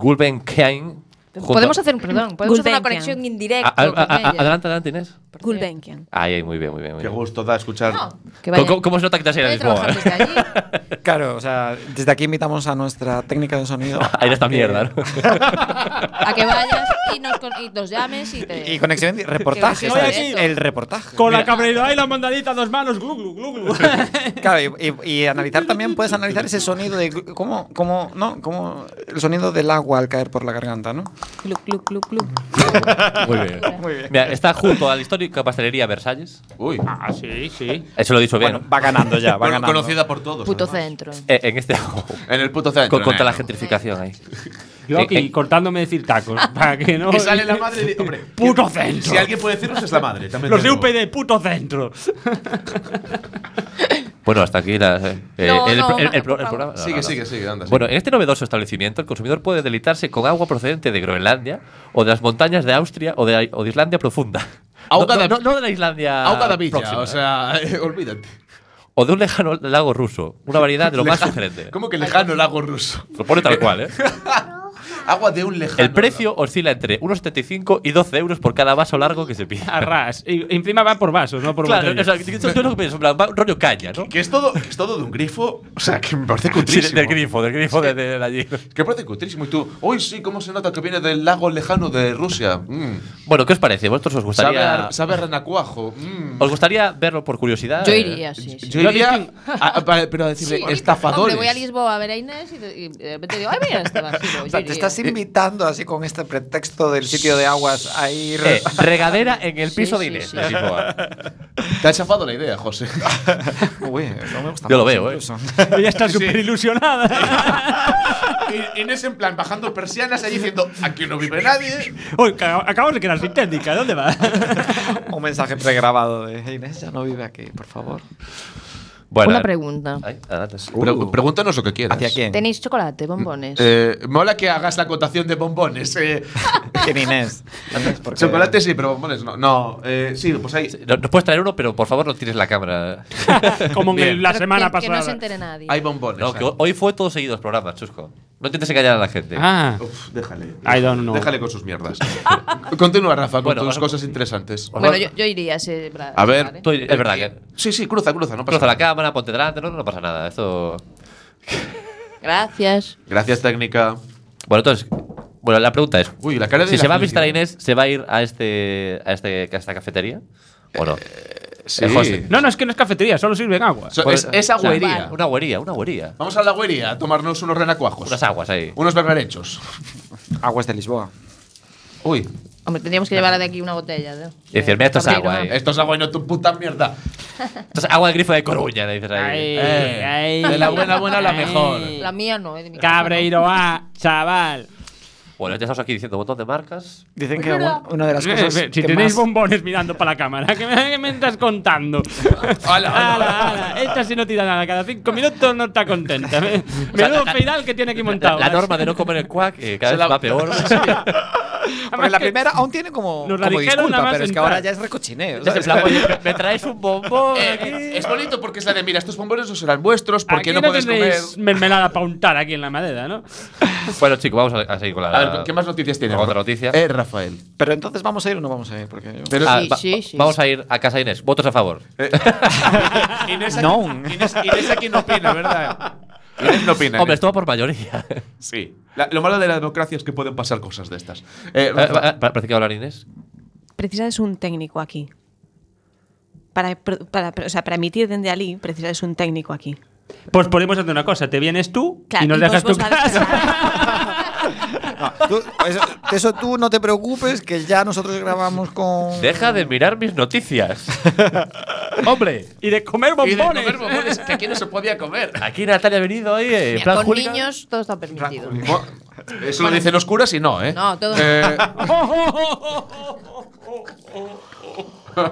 [SPEAKER 5] Gulbenkian. junto-
[SPEAKER 7] Podemos hacer un perdón. Podemos hacer
[SPEAKER 9] Gulbenkian.
[SPEAKER 7] una conexión
[SPEAKER 5] A-
[SPEAKER 7] indirecta.
[SPEAKER 5] a- a- a- adelante, adelante, Inés.
[SPEAKER 9] Gulbenkian.
[SPEAKER 5] Ahí, ahí, muy bien, muy bien. muy
[SPEAKER 6] Qué
[SPEAKER 5] bien.
[SPEAKER 6] gusto da escuchar.
[SPEAKER 7] No, que vaya.
[SPEAKER 5] ¿Cómo,
[SPEAKER 7] este
[SPEAKER 5] cómo- cómo se nota que te has ido a
[SPEAKER 7] Puede
[SPEAKER 5] Lisboa?
[SPEAKER 7] trabajar desde allí.
[SPEAKER 1] Claro, o sea, desde aquí invitamos a nuestra técnica de sonido.
[SPEAKER 5] Ahí esta mierda, ¿no?
[SPEAKER 7] A que vayas y nos, con- y nos llames y te.
[SPEAKER 1] Y conexión, reportaje.
[SPEAKER 7] Conexión
[SPEAKER 1] ¿sabes?
[SPEAKER 7] directo.
[SPEAKER 1] El reportaje.
[SPEAKER 8] Con la cabreira y la mandadita a dos manos. Glu, glu, glu, glu.
[SPEAKER 1] Claro, y, y- y analizar también, puedes analizar ese sonido de glu- cómo, cómo, no, cómo el sonido del agua al caer por la garganta, ¿no?
[SPEAKER 9] Club, club, club, club.
[SPEAKER 5] Muy bien. Mira, está junto a la histórica pastelería Versalles.
[SPEAKER 6] Uy.
[SPEAKER 8] ah, sí, sí.
[SPEAKER 5] Eso lo he dicho bien.
[SPEAKER 1] Bueno,
[SPEAKER 5] ¿no?
[SPEAKER 1] va ganando ya, va
[SPEAKER 6] Bueno,
[SPEAKER 1] ganando.
[SPEAKER 6] conocida por todos.
[SPEAKER 7] Puto
[SPEAKER 6] además.
[SPEAKER 7] centro.
[SPEAKER 5] Eh, en este.
[SPEAKER 6] En el puto centro.
[SPEAKER 5] Con- contra la
[SPEAKER 6] no.
[SPEAKER 5] gentrificación ahí.
[SPEAKER 8] Yo aquí
[SPEAKER 5] Eh, eh.
[SPEAKER 8] cortándome decir tacos. para que no.
[SPEAKER 6] Que sale la madre de. Hombre.
[SPEAKER 8] Puto centro.
[SPEAKER 6] Si alguien puede decirnos es la madre. También
[SPEAKER 8] Los de
[SPEAKER 6] digo.
[SPEAKER 8] UPD, puto centro.
[SPEAKER 5] Bueno, hasta aquí la- eh,
[SPEAKER 7] No,
[SPEAKER 5] el,
[SPEAKER 7] no,
[SPEAKER 5] el- el-
[SPEAKER 7] por
[SPEAKER 5] el
[SPEAKER 7] favor.
[SPEAKER 5] programa. No, no,
[SPEAKER 6] Sigue,
[SPEAKER 5] no.
[SPEAKER 6] sigue, sigue, anda. sigue.
[SPEAKER 5] Bueno, en este novedoso establecimiento, el consumidor puede deleitarse con agua procedente de Groenlandia o de las montañas de Austria o de, o de Islandia profunda. No,
[SPEAKER 6] Auga
[SPEAKER 5] no,
[SPEAKER 6] da-
[SPEAKER 5] no- no de la Islandia
[SPEAKER 6] Auga da Villa,
[SPEAKER 5] próxima,
[SPEAKER 6] o sea, eh, olvídate.
[SPEAKER 5] o de un lejano lago ruso. Una variedad de lo más sugerente.
[SPEAKER 6] ¿Cómo que lejano lago ruso?
[SPEAKER 5] Lo pone tal cual, ¿eh?
[SPEAKER 6] Agua de un lejano.
[SPEAKER 5] El precio oscila entre 1,75 y 12 euros por cada vaso largo que se
[SPEAKER 6] Ah,
[SPEAKER 5] pida.
[SPEAKER 8] Arras. Y encima va por vasos, no por
[SPEAKER 5] Claro,
[SPEAKER 8] claro,
[SPEAKER 5] o sea, yo yo lo que pienso, en plan, va un rollo caña, ¿no?
[SPEAKER 6] Que es todo, que es todo de un grifo. O sea, que me parece
[SPEAKER 5] Sí,
[SPEAKER 6] cutrísimo.
[SPEAKER 5] del grifo, del grifo de, de- de allí.
[SPEAKER 6] Que me parece cutrísimo. Y tú, uy, sí, cómo se nota que viene del lago lejano de Rusia. Mm.
[SPEAKER 5] Bueno, ¿qué os parece? ¿Vosotros os
[SPEAKER 6] Sabe,
[SPEAKER 5] gustaría,
[SPEAKER 6] a, sabe a renacuajo. Mm.
[SPEAKER 5] os gustaría verlo por curiosidad?
[SPEAKER 7] Yo
[SPEAKER 5] Eh,
[SPEAKER 7] iría, sí. sí.
[SPEAKER 6] Yo iría. a- a- para- pero a decirle,
[SPEAKER 7] Sí,
[SPEAKER 6] estafadores.
[SPEAKER 7] Hombre, voy a Lisboa a ver a Inés y, y de repente digo, ay, mira, este vacío.
[SPEAKER 1] O sea, te estás invitando así con este pretexto del sitio de aguas a ir.
[SPEAKER 5] Eh, regadera en el piso de
[SPEAKER 7] sí,
[SPEAKER 5] Inés.
[SPEAKER 7] sí.
[SPEAKER 5] de Lisboa.
[SPEAKER 6] Te ha chafado la idea, José.
[SPEAKER 1] Uy, no me gusta
[SPEAKER 5] Yo lo
[SPEAKER 1] mucho
[SPEAKER 5] veo, eh.
[SPEAKER 1] incluso.
[SPEAKER 8] Ella está súper ilusionada.
[SPEAKER 6] Inés, en plan, bajando persianas y diciendo, aquí no vive nadie.
[SPEAKER 8] Uy, que acabamos de quedar sin técnica. ¿Dónde va?
[SPEAKER 1] Un mensaje pregrabado de Inés ya no vive aquí, por favor.
[SPEAKER 5] Bueno,
[SPEAKER 7] Una pregunta.
[SPEAKER 5] Ay, adelante.
[SPEAKER 6] pregúntanos lo que quieras.
[SPEAKER 1] ¿Hacia quién?
[SPEAKER 7] ¿Tenéis chocolate, bombones?
[SPEAKER 6] Eh, mola que hagas la cotación de bombones. eh.
[SPEAKER 1] ¿Quién Inés? Inés, porque-
[SPEAKER 6] Chocolate sí, pero bombones no. No, eh, sí, pues ahí.
[SPEAKER 5] No- Nos puedes traer uno, pero por favor no tires la cámara.
[SPEAKER 8] Como en el- la
[SPEAKER 7] Pero
[SPEAKER 8] semana
[SPEAKER 7] que, Que no se
[SPEAKER 8] pasada.
[SPEAKER 7] entere nadie.
[SPEAKER 6] Hay bombones.
[SPEAKER 5] No, que
[SPEAKER 6] ahí.
[SPEAKER 5] ho- hoy fue todo seguido el programa, chusco. No intentes engañar a la gente.
[SPEAKER 8] Ah.
[SPEAKER 6] Uf, déjale.
[SPEAKER 8] I don't know.
[SPEAKER 6] Déjale con sus mierdas. Continúa, Rafa, con
[SPEAKER 5] Bueno,
[SPEAKER 6] tus
[SPEAKER 5] os-
[SPEAKER 6] cosas interesantes.
[SPEAKER 7] Bueno, yo, yo iría a ese bra-
[SPEAKER 6] A ver,
[SPEAKER 7] lugar, ¿eh?
[SPEAKER 5] Tú- es verdad que.
[SPEAKER 6] Sí, sí, cruza, cruza, no pasa
[SPEAKER 5] Cruza la
[SPEAKER 6] nada.
[SPEAKER 5] cámara, ponte delante, no, no pasa nada. Esto.
[SPEAKER 7] Gracias.
[SPEAKER 6] Gracias, técnica.
[SPEAKER 5] Bueno, entonces. Bueno, la pregunta es.
[SPEAKER 6] Uy, la cara de
[SPEAKER 5] si
[SPEAKER 6] la
[SPEAKER 5] se va a visitar a
[SPEAKER 6] felicidad.
[SPEAKER 5] Inés, ¿se va a ir a este. a, este, a esta cafetería? ¿O no?
[SPEAKER 6] Sí.
[SPEAKER 5] Eh, José.
[SPEAKER 8] No, no, es que no es cafetería, solo sirven agua.
[SPEAKER 6] So-
[SPEAKER 5] Pues
[SPEAKER 6] es, es agüería.
[SPEAKER 5] Una agüería, una agüería.
[SPEAKER 6] Vamos a la agüería a tomarnos unos renacuajos.
[SPEAKER 5] Unas aguas ahí.
[SPEAKER 6] Unos berberechos.
[SPEAKER 1] Aguas de Lisboa.
[SPEAKER 6] Uy,
[SPEAKER 7] Hombre, tendríamos que llevar de aquí una botella. ¿no?
[SPEAKER 5] Y decir, mira, esto es
[SPEAKER 7] Abrir
[SPEAKER 5] agua,
[SPEAKER 7] una-
[SPEAKER 5] eh.
[SPEAKER 6] esto es agua y no tu puta mierda.
[SPEAKER 5] Entonces, agua de grifo de Coruña, le dices ahí.
[SPEAKER 6] Eh, de la buena, buena a la mejor.
[SPEAKER 7] La mía no, eh, de mi casa no.
[SPEAKER 8] Cabreiro A, chaval.
[SPEAKER 5] Bueno, ya estamos aquí diciendo un montón de marcas.
[SPEAKER 1] Dicen que un- una de las
[SPEAKER 8] Eh,
[SPEAKER 1] cosas
[SPEAKER 8] eh, si
[SPEAKER 1] que
[SPEAKER 8] tenéis
[SPEAKER 1] más...
[SPEAKER 8] bombones mirando para la cámara, ¿qué me, qué me estás contando?
[SPEAKER 6] Ala,
[SPEAKER 8] Ala, ala, Esta sí no tira nada, cada cinco minutos no está contenta. Me-
[SPEAKER 5] sea,
[SPEAKER 8] Menudo
[SPEAKER 5] la- la-
[SPEAKER 8] peidal que tiene aquí
[SPEAKER 5] La,
[SPEAKER 8] montado.
[SPEAKER 5] la norma de no comer el cuac eh, cada
[SPEAKER 6] Se
[SPEAKER 5] vez
[SPEAKER 6] la-
[SPEAKER 5] va peor.
[SPEAKER 1] Porque
[SPEAKER 8] Además
[SPEAKER 1] la
[SPEAKER 8] que-
[SPEAKER 1] primera aún tiene como,
[SPEAKER 8] Nos la
[SPEAKER 1] como
[SPEAKER 8] dijeron
[SPEAKER 1] disculpa,
[SPEAKER 8] nada más
[SPEAKER 1] pero es que
[SPEAKER 8] entrar.
[SPEAKER 1] ahora ya es recochineo.
[SPEAKER 5] Entonces, en
[SPEAKER 1] ¿sabes?
[SPEAKER 5] plan, oye, me traes un bombón.
[SPEAKER 6] Eh,
[SPEAKER 5] aquí?
[SPEAKER 6] es bonito porque es la de, mira, estos bombones no serán vuestros porque
[SPEAKER 8] Aquí
[SPEAKER 6] no, puedes comer.
[SPEAKER 8] tendréis mermelada para untar aquí en la madera, ¿no?
[SPEAKER 5] Bueno, chicos, vamos a, a seguir con la.
[SPEAKER 6] A ver, ¿qué más noticias tienes?
[SPEAKER 5] Ah, Otra noticia.
[SPEAKER 6] Eh, Rafael.
[SPEAKER 1] Pero entonces vamos a ir o no vamos a ir. Porque yo-
[SPEAKER 6] Pero
[SPEAKER 5] Ah,
[SPEAKER 7] Sí,
[SPEAKER 5] va-
[SPEAKER 7] sí,
[SPEAKER 5] va-
[SPEAKER 7] sí.
[SPEAKER 5] Vamos a ir a casa de Inés. Votos a favor.
[SPEAKER 6] Inés,
[SPEAKER 1] No.
[SPEAKER 6] Inés, Inés aquí no opina, ¿verdad? Inés Eh, no opina.
[SPEAKER 5] Hombre,
[SPEAKER 6] Inés.
[SPEAKER 5] estuvo por mayoría. Eh,
[SPEAKER 6] Sí. La- lo malo de la democracia es que pueden pasar cosas de estas. Eh,
[SPEAKER 5] Eh,
[SPEAKER 6] Rafa,
[SPEAKER 5] pa- Parece que va a hablar Inés.
[SPEAKER 9] Precisades un técnico aquí. Para, pro- para, o sea, para emitir desde allí, precisades un técnico aquí.
[SPEAKER 8] Pues podemos hacer una cosa, te vienes tú
[SPEAKER 9] Claro,
[SPEAKER 8] y nos
[SPEAKER 9] y
[SPEAKER 8] dejas
[SPEAKER 9] vos
[SPEAKER 8] tu
[SPEAKER 9] vas a
[SPEAKER 8] casa.
[SPEAKER 1] No, tú- eso, eso tú no te preocupes, que ya nosotros grabamos con.
[SPEAKER 5] Deja de mirar mis noticias. Hombre,
[SPEAKER 8] y de comer
[SPEAKER 6] y
[SPEAKER 8] bombones.
[SPEAKER 6] de comer bombones que aquí no se podía comer.
[SPEAKER 5] aquí Natalia ha venido hoy. eh, en
[SPEAKER 7] Mira,
[SPEAKER 5] plan
[SPEAKER 7] con
[SPEAKER 5] hooligan.
[SPEAKER 7] niños todo está permitido.
[SPEAKER 6] Mo- Eso lo dicen los curas y no, ¿eh?
[SPEAKER 7] No, todo-
[SPEAKER 6] Eh,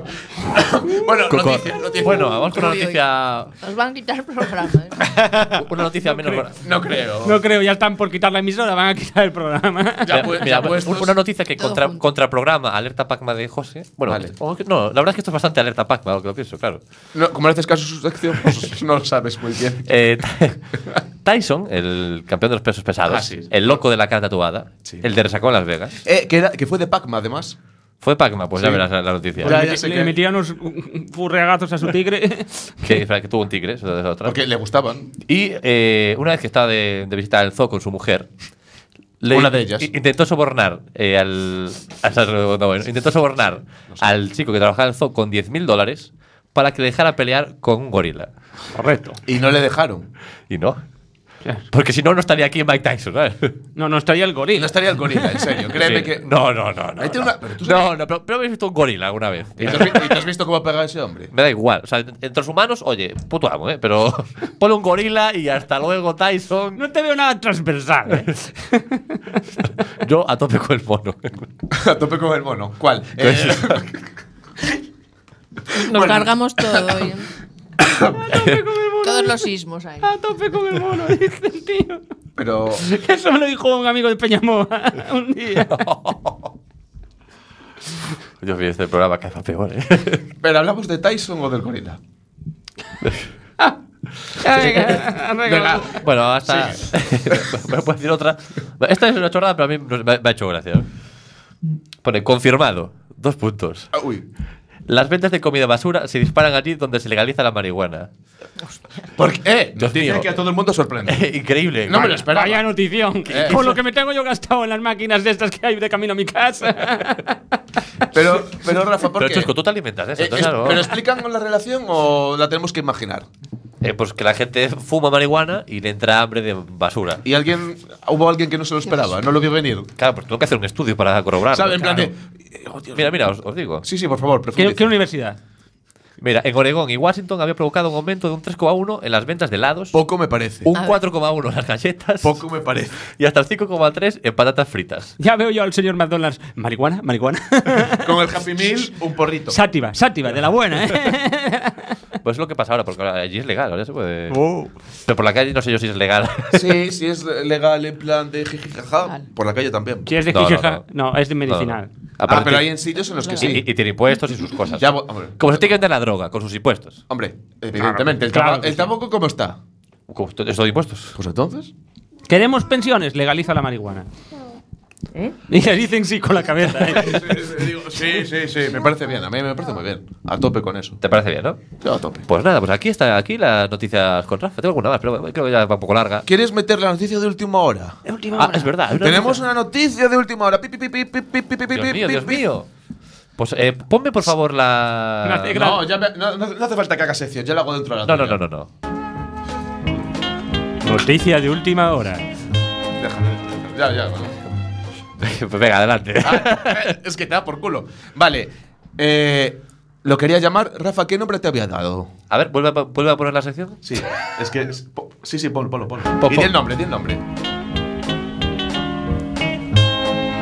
[SPEAKER 6] bueno,
[SPEAKER 5] Con- con-
[SPEAKER 6] noticia, noticia.
[SPEAKER 5] Bueno, vamos con una
[SPEAKER 7] Uy, uy.
[SPEAKER 5] noticia.
[SPEAKER 7] Nos van a quitar el programa. ¿eh?
[SPEAKER 5] Una noticia menos. buena.
[SPEAKER 6] No creo.
[SPEAKER 8] No creo, ya están por quitar la emisora, van a quitar el programa.
[SPEAKER 6] Ya
[SPEAKER 5] Mira,
[SPEAKER 6] pues- ya
[SPEAKER 5] mira,
[SPEAKER 6] puestos.
[SPEAKER 5] un- una noticia que
[SPEAKER 7] Todo
[SPEAKER 5] contra,
[SPEAKER 7] junto.
[SPEAKER 5] contraprograma Alerta Pacma de José. Bueno,
[SPEAKER 6] Vale.
[SPEAKER 5] o- no, la verdad es que esto es bastante Alerta Pacma, ahora que lo pienso, claro.
[SPEAKER 6] No, como no haces caso a sus acciones, pues no lo sabes muy bien.
[SPEAKER 5] Eh, Tyson, el campeón de los pesos pesados,
[SPEAKER 6] Ah, sí.
[SPEAKER 5] el loco de la cara tatuada,
[SPEAKER 6] Sí.
[SPEAKER 5] el de Resacón Las Vegas.
[SPEAKER 6] Eh, que, era- que fue de Pacma, además.
[SPEAKER 5] Fue Pacma, pues
[SPEAKER 6] Sí.
[SPEAKER 5] ya verás la, la noticia.
[SPEAKER 6] Ya,
[SPEAKER 8] Le-
[SPEAKER 6] ya sé
[SPEAKER 8] le
[SPEAKER 6] que-
[SPEAKER 8] metían unos mm, furriagazos a su tigre.
[SPEAKER 5] Que, que tuvo un tigre, eso es otra.
[SPEAKER 6] Porque le gustaban.
[SPEAKER 5] Y eh, una vez que estaba de, de visita al zoo con su mujer, le-
[SPEAKER 6] Una de ellas.
[SPEAKER 5] i- Intentó sobornar eh, al. al- no, bueno, intentó sobornar al chico que trabajaba en el zoo con 10.000 dólares para que le dejara pelear con un gorila.
[SPEAKER 8] Correcto.
[SPEAKER 6] Y no le dejaron.
[SPEAKER 5] Y no. Porque si no, no estaría aquí Mike Tyson, ¿sabes?
[SPEAKER 8] No, no estaría el
[SPEAKER 6] Y no
[SPEAKER 8] gorila.
[SPEAKER 6] estaría el gorila, en serio. Créeme
[SPEAKER 5] Sí.
[SPEAKER 6] que.
[SPEAKER 5] No, no, no. No,
[SPEAKER 6] Vete
[SPEAKER 5] no.
[SPEAKER 6] una- pero tú
[SPEAKER 5] no,
[SPEAKER 6] sabes-
[SPEAKER 5] no, pero, pero habéis visto un gorila alguna vez.
[SPEAKER 6] ¿Y te, has, vi- y te has visto cómo ha pegado ese hombre?
[SPEAKER 5] Me da igual. O sea, entre los humanos, oye, puto amo, ¿eh? Pero ponle un gorila y hasta luego, Tyson.
[SPEAKER 8] No te veo nada transversal. ¿eh?
[SPEAKER 5] Yo a tope con el mono.
[SPEAKER 6] A tope con el mono. ¿Cuál? Eh,
[SPEAKER 7] Nos
[SPEAKER 6] Bueno.
[SPEAKER 7] cargamos todo hoy. ¿eh? Todos los sismos ahí.
[SPEAKER 8] A tope con el mono, dice el tío.
[SPEAKER 6] pero.
[SPEAKER 8] Eso me lo dijo un amigo de Peñamoa un día.
[SPEAKER 5] Yo vi este programa que va peor, ¿eh?
[SPEAKER 6] ¿Pero hablamos de Tyson o del gorila?
[SPEAKER 8] Ya, venga, arregla.
[SPEAKER 5] Bueno, hasta. me puedo decir otra. Esta es una chorrada, pero a mí nos- me me ha hecho gracia. Pone confirmado. Dos puntos.
[SPEAKER 6] Ah, uy.
[SPEAKER 5] Las ventas de comida basura se disparan allí donde se legaliza la marihuana.
[SPEAKER 6] Porque, eh,
[SPEAKER 5] Dios
[SPEAKER 6] noticia
[SPEAKER 5] mío. Eh,
[SPEAKER 6] que a todo el mundo sorprende.
[SPEAKER 5] Increíble.
[SPEAKER 6] No me lo
[SPEAKER 5] Vaya.
[SPEAKER 6] esperaba.
[SPEAKER 8] Vaya notición.
[SPEAKER 6] Eh.
[SPEAKER 8] Por lo que me tengo yo gastado en las máquinas de estas que hay de camino a mi casa.
[SPEAKER 6] Pero, pero Rafa, ¿por
[SPEAKER 5] Pero
[SPEAKER 6] qué?
[SPEAKER 5] Chusco, tú te alimentas de eso.
[SPEAKER 6] Eh,
[SPEAKER 5] entonces,
[SPEAKER 6] es-
[SPEAKER 5] claro.
[SPEAKER 6] ¿Pero explican la relación o la tenemos que imaginar?
[SPEAKER 5] Eh, pues que la gente fuma marihuana y le entra hambre de basura.
[SPEAKER 6] ¿Y alguien, hubo alguien que no se lo esperaba? ¿No lo vio venir?
[SPEAKER 5] Claro, pues tengo que hacer un estudio para corroborarlo.
[SPEAKER 6] ¿Sabe? En plan
[SPEAKER 5] claro.
[SPEAKER 6] de, eh, oh, Dios.
[SPEAKER 5] Mira, mira, os, os digo.
[SPEAKER 6] Sí, sí, por favor,
[SPEAKER 8] ¿Qué,
[SPEAKER 6] profundiza.
[SPEAKER 8] qué universidad?
[SPEAKER 5] Mira, en Oregón y Washington había provocado un aumento de un 3,1 en las ventas de helados,
[SPEAKER 6] Poco me parece.
[SPEAKER 5] un
[SPEAKER 7] ver.
[SPEAKER 5] 4,1 en las galletas
[SPEAKER 6] Poco me parece.
[SPEAKER 5] y hasta el 5,3 en patatas fritas.
[SPEAKER 8] Ya veo yo al señor McDonald's. Marihuana, marihuana.
[SPEAKER 6] Con el Happy Meal, un porrito.
[SPEAKER 8] sátiva, sátiva, de la buena, ¿eh?
[SPEAKER 5] Pues es lo que pasa ahora, porque ahora allí es legal, ahora se puede.
[SPEAKER 6] Oh.
[SPEAKER 5] Pero por la calle no sé yo si es legal.
[SPEAKER 6] Sí, sí, es legal en plan de jijijaja. Por la calle también.
[SPEAKER 8] Si es de
[SPEAKER 5] No, no,
[SPEAKER 8] jijijaja- no, es de
[SPEAKER 5] No, no.
[SPEAKER 8] medicinal.
[SPEAKER 6] Ah,
[SPEAKER 5] Aparte-
[SPEAKER 6] pero hay en sitios en los que
[SPEAKER 5] y,
[SPEAKER 6] sí.
[SPEAKER 5] y- y tiene impuestos y sus cosas.
[SPEAKER 6] Ya, bo- hombre.
[SPEAKER 5] Como se tiene que vender la droga, con sus impuestos.
[SPEAKER 6] Hombre, evidentemente. el,
[SPEAKER 8] Claro
[SPEAKER 6] taba-
[SPEAKER 8] que
[SPEAKER 6] el
[SPEAKER 8] sí.
[SPEAKER 6] tabaco, ¿cómo está?
[SPEAKER 5] Con esto de impuestos.
[SPEAKER 6] Pues entonces.
[SPEAKER 8] Queremos pensiones, legaliza la marihuana.
[SPEAKER 7] ¿Eh?
[SPEAKER 8] Y le dicen sí con la cabeza. ¿eh?
[SPEAKER 6] Sí, sí, sí, me parece bien, a mí me parece muy bien. A tope con eso.
[SPEAKER 5] ¿Te parece bien, no?
[SPEAKER 6] Yo a tope.
[SPEAKER 5] Pues nada, pues aquí está aquí las noticias con Rafa. Tengo alguna más, pero creo que ya va un poco larga.
[SPEAKER 6] ¿Quieres meter la noticia de última hora?
[SPEAKER 5] Ah, es verdad. hay una
[SPEAKER 6] Tenemos
[SPEAKER 5] noticia.
[SPEAKER 6] una noticia de última hora. Pi, pi, pi, pi, pi, pi, pi, pi, pi,
[SPEAKER 5] Dios mío,
[SPEAKER 6] pi,
[SPEAKER 5] Dios
[SPEAKER 6] pi.
[SPEAKER 5] mío. Pues eh, ponme por favor la.
[SPEAKER 8] Gracias,
[SPEAKER 6] No, ya me- no, no- no hace falta que haga sección, ya lo hago dentro de la
[SPEAKER 5] No, no,
[SPEAKER 6] tuya.
[SPEAKER 5] no, no, no.
[SPEAKER 8] Noticia de última hora.
[SPEAKER 6] Déjalo. Ya, ya, bueno.
[SPEAKER 5] pues venga, adelante.
[SPEAKER 6] Ah, es que te da por culo. Vale. eh, lo quería llamar. Rafa, ¿qué nombre te había dado?
[SPEAKER 5] A ver, vuelve a, po- vuelve a poner la sección.
[SPEAKER 6] Sí, es que. es- po- sí, sí, ponlo, ponlo, ponlo.
[SPEAKER 5] Po-
[SPEAKER 6] Y
[SPEAKER 5] po-
[SPEAKER 6] di el nombre, di el nombre.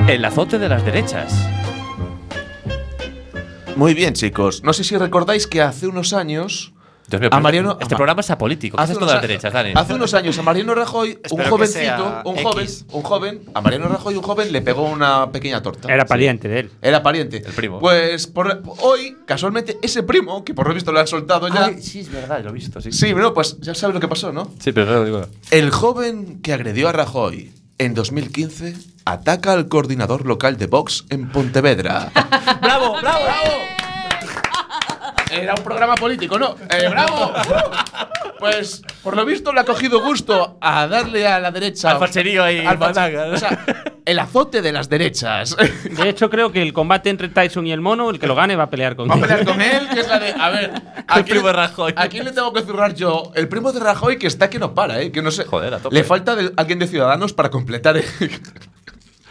[SPEAKER 5] El azote de las derechas.
[SPEAKER 6] Muy bien, chicos. No sé si recordáis que hace unos años.
[SPEAKER 5] Dios mío,
[SPEAKER 6] A
[SPEAKER 5] pero
[SPEAKER 6] Mariano-
[SPEAKER 5] este
[SPEAKER 6] a Ma-
[SPEAKER 5] programa es apolítico. ¿Qué haces con
[SPEAKER 6] unos
[SPEAKER 5] las
[SPEAKER 6] a-
[SPEAKER 5] derechas, Dani?
[SPEAKER 6] Hace unos años a Mariano Rajoy, un
[SPEAKER 1] Espero que
[SPEAKER 6] jovencito,
[SPEAKER 1] sea
[SPEAKER 6] un
[SPEAKER 1] X.
[SPEAKER 6] joven, un joven, a Mariano Rajoy, un joven, le pegó una pequeña torta.
[SPEAKER 8] Era pariente de él.
[SPEAKER 6] Era pariente.
[SPEAKER 5] El primo.
[SPEAKER 6] Pues por- hoy, casualmente, ese primo, que por lo visto lo han soltado ya.
[SPEAKER 5] Ay, sí, es verdad, lo he visto, sí.
[SPEAKER 6] Sí, bueno, pues ya sabes lo que pasó, ¿no?
[SPEAKER 5] Sí, pero no lo digo.
[SPEAKER 6] El joven que agredió a Rajoy en 2015 ataca al coordinador local de Vox en Pontevedra.
[SPEAKER 5] ¡Bravo, bravo!
[SPEAKER 6] Era un programa político, ¿no? Eh, ¡Bravo! Pues, por lo visto, le ha cogido gusto a darle a la derecha.
[SPEAKER 5] Al facherío ahí,
[SPEAKER 6] Al fache-
[SPEAKER 5] pataca.
[SPEAKER 6] O sea, el azote de las derechas.
[SPEAKER 8] De hecho, creo que el combate entre Tyson y el mono, el que lo gane va a pelear con
[SPEAKER 6] Vamos
[SPEAKER 8] él.
[SPEAKER 6] a pelear con él, que es la de. A ver. ¿a
[SPEAKER 5] El
[SPEAKER 6] quién-
[SPEAKER 5] primo de Rajoy.
[SPEAKER 6] ¿A quién le tengo que zurrar yo? El primo de Rajoy que está que no para, ¿eh? Que no sé.
[SPEAKER 5] Joder, a tope.
[SPEAKER 6] Le falta de- alguien de Ciudadanos para completar. eh.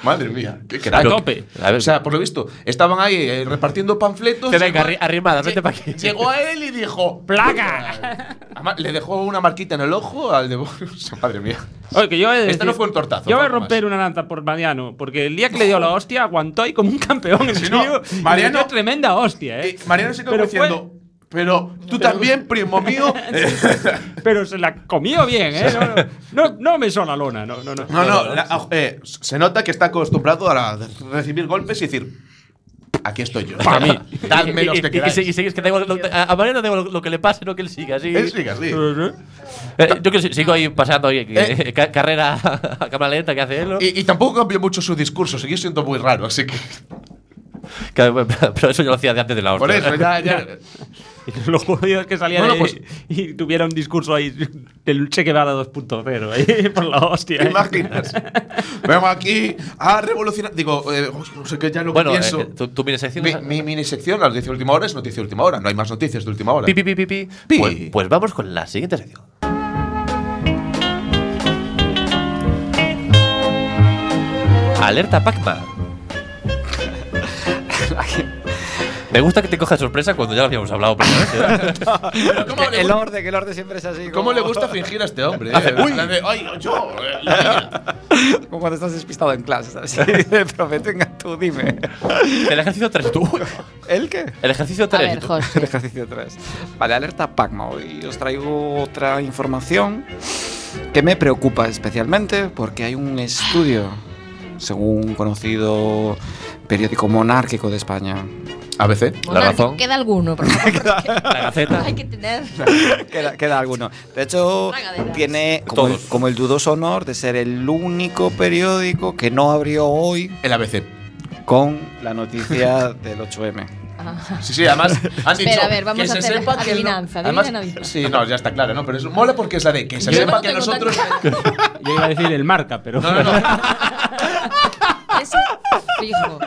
[SPEAKER 6] Madre mía, qué crack.
[SPEAKER 8] A tope.
[SPEAKER 5] A ver,
[SPEAKER 6] O sea, por lo visto, estaban ahí eh, repartiendo panfletos.
[SPEAKER 5] te venga,
[SPEAKER 6] llegó-
[SPEAKER 5] arri- arrimada, vente para aquí.
[SPEAKER 6] Llegó a él y dijo:
[SPEAKER 8] ¡Plaga!
[SPEAKER 6] Además, le dejó una marquita en el ojo al de. O sea, madre mía.
[SPEAKER 8] Oye, que yo he de
[SPEAKER 6] Este no fue un tortazo,
[SPEAKER 8] Yo voy
[SPEAKER 6] fue
[SPEAKER 8] a
[SPEAKER 6] algo
[SPEAKER 8] romper una lanza por Mariano, porque el día que le dio la hostia aguantó ahí como un campeón el
[SPEAKER 6] Si no,
[SPEAKER 8] tío.
[SPEAKER 6] Mariano-
[SPEAKER 8] Mariano. tremenda hostia, ¿eh?
[SPEAKER 6] Y Mariano se quedó
[SPEAKER 8] Pero fue-
[SPEAKER 6] diciendo. Pero tú también, primo mío.
[SPEAKER 8] Pero se la comió bien, ¿eh? No, no, no, no me la lona, no, no, no.
[SPEAKER 6] No, no, la- ah, eh, se nota que está acostumbrado a la- recibir golpes y decir, aquí estoy yo.
[SPEAKER 8] Pa' mí.
[SPEAKER 6] Dadme los
[SPEAKER 5] Y- y-
[SPEAKER 6] que
[SPEAKER 5] y- y
[SPEAKER 6] queráis.
[SPEAKER 5] sigues- sigues que da igual lo- a a Mariano da igual lo- lo que le pase, no que él siga. Sí.
[SPEAKER 6] Él sigue así.
[SPEAKER 5] Eh, yo que si- sigo ahí pasando ahí, que-
[SPEAKER 6] Eh.
[SPEAKER 5] ca- carrera a cámara lenta que hace él. ¿no?
[SPEAKER 6] Y, y tampoco cambió mucho su discurso, siguió siendo muy raro, así que.
[SPEAKER 5] Que- Pero eso yo lo hacía de antes de la
[SPEAKER 6] Por
[SPEAKER 5] hostia.
[SPEAKER 6] eso, ya, ya.
[SPEAKER 8] Lo jodido es que salía
[SPEAKER 6] Bueno,
[SPEAKER 8] de
[SPEAKER 6] pues-
[SPEAKER 8] y tuviera un discurso ahí del Che Guevara 2.0, ahí, por la hostia.
[SPEAKER 6] ¿Te
[SPEAKER 8] ¿eh?
[SPEAKER 6] imaginas? Vengo aquí a revolucionar. Digo, eh, uy, no sé qué, ya no
[SPEAKER 5] Bueno,
[SPEAKER 6] pienso.
[SPEAKER 5] eh, tú, tú vienes sección.
[SPEAKER 6] mi, mi mini sección, la noticia de última hora, es noticia de última hora. No hay más noticias de última hora.
[SPEAKER 5] Pi, pi, pi, pi, pi.
[SPEAKER 6] Pi.
[SPEAKER 5] Pues, pues vamos con la siguiente sección. Alerta Pacma. Me gusta que te coja de sorpresa cuando ya lo habíamos hablado previamente. ¿eh?
[SPEAKER 6] ¿Cómo le,
[SPEAKER 1] El
[SPEAKER 6] gusta,
[SPEAKER 1] orden, el orden siempre es así. como-
[SPEAKER 6] cómo le gusta fingir a este hombre? eh? La de, "Ay, yo, eh, la mía".
[SPEAKER 1] Como cuando estás despistado en clase, ¿sabes? Y dice, profe, venga, tú dime.
[SPEAKER 5] El ejercicio 3, tú.
[SPEAKER 1] ¿El qué?
[SPEAKER 5] El ejercicio
[SPEAKER 7] A
[SPEAKER 5] 3.
[SPEAKER 7] ver, José.
[SPEAKER 1] El ejercicio 3. Vale, alerta Pacma. Hoy os traigo otra información que me preocupa especialmente porque hay un estudio, según un conocido periódico monárquico de España,
[SPEAKER 6] ABC.
[SPEAKER 5] La razón.
[SPEAKER 7] Queda alguno, por favor, porque
[SPEAKER 5] La Gaceta.
[SPEAKER 7] hay que tener.
[SPEAKER 1] queda, queda alguno. De hecho,
[SPEAKER 7] Tragaderas.
[SPEAKER 1] tiene como el,
[SPEAKER 5] Todos.
[SPEAKER 1] como el dudoso honor de ser el único periódico que no abrió hoy
[SPEAKER 6] El ABC.
[SPEAKER 1] con la noticia del 8M.
[SPEAKER 7] Ah,
[SPEAKER 6] Sí, sí, además han dicho
[SPEAKER 7] Espera, a ver, vamos
[SPEAKER 6] que
[SPEAKER 7] a
[SPEAKER 6] se
[SPEAKER 7] hacer
[SPEAKER 6] sepa que
[SPEAKER 7] adivinanza,
[SPEAKER 6] no- además-
[SPEAKER 7] adivinanza.
[SPEAKER 6] Sí, no, ya está claro, ¿no? Pero eso mola porque es la de que se
[SPEAKER 7] Yo
[SPEAKER 6] sepa
[SPEAKER 7] no
[SPEAKER 6] que
[SPEAKER 7] tengo
[SPEAKER 6] nosotros
[SPEAKER 8] Yo iba a decir el marca, pero.
[SPEAKER 6] No, no, no.
[SPEAKER 7] Ese fijo.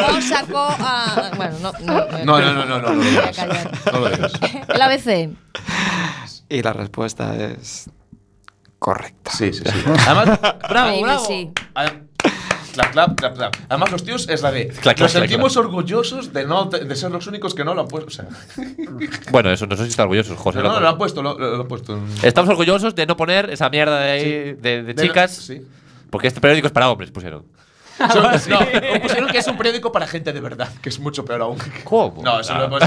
[SPEAKER 7] No sacó a. Bueno, no. No,
[SPEAKER 6] No, no, no, no, no, no lo
[SPEAKER 7] Voy a
[SPEAKER 6] digas.
[SPEAKER 7] callar.
[SPEAKER 6] No lo digas.
[SPEAKER 7] El ABC.
[SPEAKER 1] Y la respuesta es correcta.
[SPEAKER 6] Sí, sí, sí. Además,
[SPEAKER 7] Bravo, bravo. Sí.
[SPEAKER 6] ad- clap, clap, clap, clap. Además, los tíos es la de
[SPEAKER 5] Clac, clac,
[SPEAKER 6] nos
[SPEAKER 5] clac,
[SPEAKER 6] sentimos orgullosos de no de ser los únicos que no lo han puesto. O sea,
[SPEAKER 5] Bueno, eso no sé si está orgulloso, José.
[SPEAKER 6] no,
[SPEAKER 5] lo-
[SPEAKER 6] no, lo han puesto, lo, lo- lo han puesto. en-
[SPEAKER 5] Estamos orgullosos de no poner esa mierda de, ahí
[SPEAKER 6] Sí.
[SPEAKER 5] de, de
[SPEAKER 6] De-
[SPEAKER 5] chicas.
[SPEAKER 6] sí.
[SPEAKER 5] Porque este periódico es para hombres, pusieron.
[SPEAKER 6] Son-
[SPEAKER 8] así.
[SPEAKER 6] no, pusieron que es un periódico para gente de verdad, que es mucho peor aún.
[SPEAKER 5] ¿Cómo?
[SPEAKER 6] No, eso lo hemos.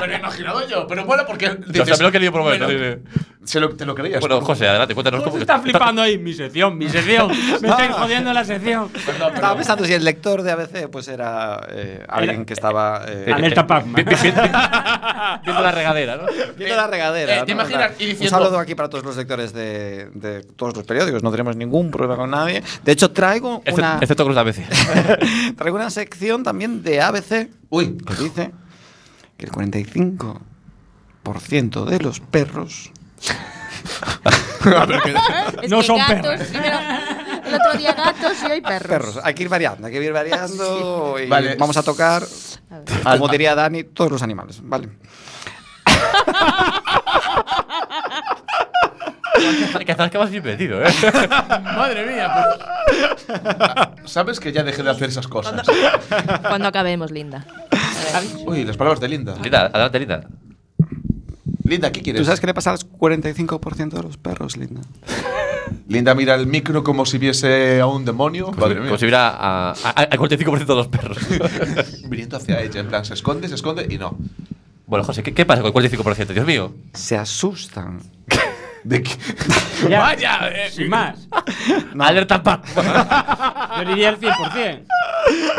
[SPEAKER 6] Me lo he imaginado yo, pero bueno, porque. dices,
[SPEAKER 5] me lo he querido por momento,
[SPEAKER 6] bueno, se lo- te lo creías.
[SPEAKER 5] Bueno,
[SPEAKER 6] ¿no?
[SPEAKER 5] José, adelante, cuéntanos
[SPEAKER 8] José
[SPEAKER 5] cómo.
[SPEAKER 8] está flipando ahí. Mi sección, mi sección. Me estáis jodiendo la sección.
[SPEAKER 6] Perdón,
[SPEAKER 1] Estaba
[SPEAKER 6] Pues pero-
[SPEAKER 1] pensando si el lector de ABC pues era eh, alguien que estaba eh,
[SPEAKER 8] Alerta Pac-Man.
[SPEAKER 5] Viendo la regadera, ¿no?
[SPEAKER 1] viendo la regadera.
[SPEAKER 6] eh, te
[SPEAKER 1] ¿no?
[SPEAKER 6] imaginas,
[SPEAKER 1] O
[SPEAKER 6] y
[SPEAKER 1] sea, Un
[SPEAKER 6] diciendo-
[SPEAKER 1] saludo aquí para todos los lectores de, de todos los periódicos. No tenemos ningún problema con nadie. De hecho, traigo una,
[SPEAKER 5] Excepto con los ABC.
[SPEAKER 1] traigo una sección también de ABC
[SPEAKER 6] Uy,
[SPEAKER 1] que dice que el 45% de los perros
[SPEAKER 7] Es
[SPEAKER 8] No
[SPEAKER 7] que
[SPEAKER 8] son
[SPEAKER 7] gatos,
[SPEAKER 8] perras.
[SPEAKER 7] primero- el otro día gatos y hoy perros.
[SPEAKER 1] Perros, hay que ir variando, hay que ir variando y
[SPEAKER 6] Vale.
[SPEAKER 1] vamos a tocar,
[SPEAKER 6] Al-
[SPEAKER 1] como diría Dani, todos los animales, ¿vale?
[SPEAKER 5] que estás que vas bien metido, ¿eh?
[SPEAKER 10] Madre mía, pues.
[SPEAKER 6] sabes que ya dejé de hacer esas cosas.
[SPEAKER 7] Cuando acabemos, linda.
[SPEAKER 6] Uy, las palabras de Linda.
[SPEAKER 5] Linda, adelante, Linda.
[SPEAKER 6] Linda, ¿qué quieres?
[SPEAKER 1] ¿Tú sabes qué le pasa al 45% de los perros, Linda?
[SPEAKER 6] Linda mira el micro como si viese a un demonio.
[SPEAKER 5] Como si-
[SPEAKER 6] Madre mía.
[SPEAKER 5] Como si hubiera ah, a- a- al 45% de los perros.
[SPEAKER 6] Viniendo hacia ella, en plan, se esconde, se esconde y no.
[SPEAKER 5] bueno, José, ¿qué, qué pasa con el 45%? Dios mío.
[SPEAKER 1] Se asustan.
[SPEAKER 6] ¿De qué?
[SPEAKER 8] Ya,
[SPEAKER 5] ¡Vaya! eh,
[SPEAKER 8] Sin más.
[SPEAKER 5] ¡Alerta Pac-Man!
[SPEAKER 8] Yo diría el 100%.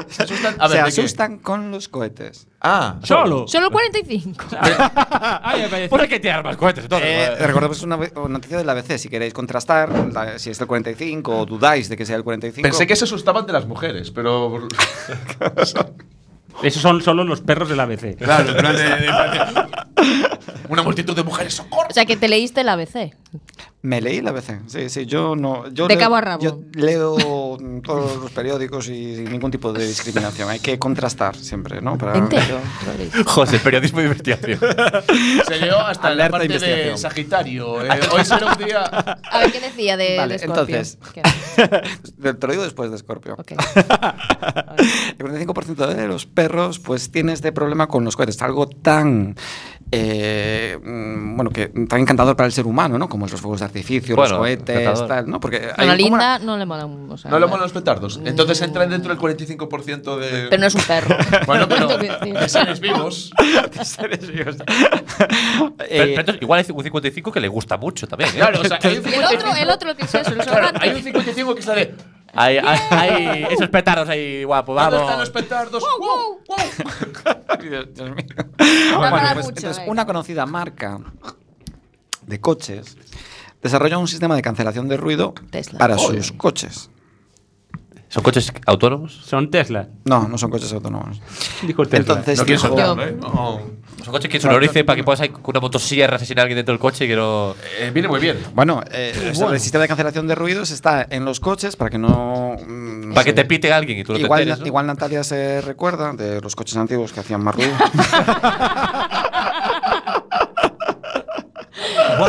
[SPEAKER 6] Se asustan. A ver,
[SPEAKER 1] se
[SPEAKER 6] ¿de qué?
[SPEAKER 1] asustan con los cohetes.
[SPEAKER 6] Ah,
[SPEAKER 8] Solo.
[SPEAKER 7] Solo 45.
[SPEAKER 8] Ay, me parece.
[SPEAKER 5] ¿Por qué te armas cohetes? entonces?
[SPEAKER 1] Eh,
[SPEAKER 5] Madre-
[SPEAKER 1] recordemos una ve- una noticia de la ABC, si queréis contrastar, la- si es el 45 o dudáis de que sea el 45.
[SPEAKER 6] pensé que se asustaban de las mujeres, pero.
[SPEAKER 8] Esos son solo los perros del ABC.
[SPEAKER 6] Claro, en plan de- de- de- Una multitud de mujeres, socorro.
[SPEAKER 7] O sea, que te leíste el ABC.
[SPEAKER 1] Me leí la ABC, sí, sí, yo no... Yo
[SPEAKER 7] De
[SPEAKER 1] leo,
[SPEAKER 7] cabo a rabo.
[SPEAKER 1] Yo leo todos los periódicos y sin ningún tipo de discriminación, hay que contrastar siempre, ¿no? Para-
[SPEAKER 7] Entero. Lo leíste.
[SPEAKER 5] José, periodismo de investigación.
[SPEAKER 6] Se leo hasta
[SPEAKER 1] Alerta
[SPEAKER 6] la parte de
[SPEAKER 1] investigación.
[SPEAKER 6] Sagitario. eh, hoy será un día.
[SPEAKER 7] A ver, ¿qué decía de,
[SPEAKER 1] Vale,
[SPEAKER 7] de Scorpio?
[SPEAKER 1] entonces.
[SPEAKER 7] ¿Qué?
[SPEAKER 1] Te te lo digo después de Scorpio.
[SPEAKER 7] Ok.
[SPEAKER 1] El 45% de los perros pues tiene este problema con los cohetes, algo tan eh, mm, bueno que tan encantador para el ser humano, ¿no? Como los fuegos de artificio,
[SPEAKER 5] Bueno,
[SPEAKER 1] los cohetes,
[SPEAKER 5] encantador.
[SPEAKER 1] tal, ¿no? Porque hay
[SPEAKER 7] Bueno, a
[SPEAKER 1] como una-
[SPEAKER 7] Linda no le mola. un- o sea,
[SPEAKER 6] No le molan los petardos. Entonces
[SPEAKER 7] No.
[SPEAKER 6] entran dentro del 45% de.
[SPEAKER 7] Pero no es un perro.
[SPEAKER 6] Bueno, pero.
[SPEAKER 7] Tengo que decir.
[SPEAKER 6] de seres vivos.
[SPEAKER 5] Pero-
[SPEAKER 1] Eh,
[SPEAKER 5] pero entonces, igual es un 55 que le gusta mucho también, ¿eh?
[SPEAKER 6] Claro, o sea, hay un
[SPEAKER 7] Y el otro,
[SPEAKER 6] 55.
[SPEAKER 7] el otro que es eso, el
[SPEAKER 6] Claro, hay un
[SPEAKER 7] sobrante.
[SPEAKER 6] 55 que está de.
[SPEAKER 5] Hay, hay, hay esos petardos ahí, guapo,
[SPEAKER 6] ¿Dónde
[SPEAKER 5] vamos.
[SPEAKER 6] están
[SPEAKER 7] Oh.
[SPEAKER 6] los petardos?
[SPEAKER 7] wow, wow.
[SPEAKER 1] Dios- Dios mío.
[SPEAKER 7] mola
[SPEAKER 1] pues,
[SPEAKER 7] mucho,
[SPEAKER 1] entonces,
[SPEAKER 7] eh.
[SPEAKER 1] una conocida marca de coches desarrolla un sistema de cancelación de ruido
[SPEAKER 7] Tesla.
[SPEAKER 1] para
[SPEAKER 6] Joder.
[SPEAKER 1] sus coches.
[SPEAKER 5] ¿Son coches autónomos?
[SPEAKER 8] Son Tesla.
[SPEAKER 1] No, no son coches autónomos.
[SPEAKER 8] Dijo Tesla.
[SPEAKER 1] Entonces,
[SPEAKER 6] No quiero
[SPEAKER 1] dijo-
[SPEAKER 6] soltarlo, ¿eh? No.
[SPEAKER 5] ¿Son coches que sonorice para que puedas ahí con una motosierra asesinar a alguien dentro del coche y que no.
[SPEAKER 6] Eh, viene muy bien.
[SPEAKER 1] Bueno, eh, o sea, el sistema de cancelación de ruidos está en los coches para que no. mm, no
[SPEAKER 5] Para que
[SPEAKER 1] sé.
[SPEAKER 5] te pite alguien y tú no
[SPEAKER 1] Igual,
[SPEAKER 5] te enteres, ¿no?
[SPEAKER 1] igual Natalia se recuerda de los coches antiguos que hacían más ruido.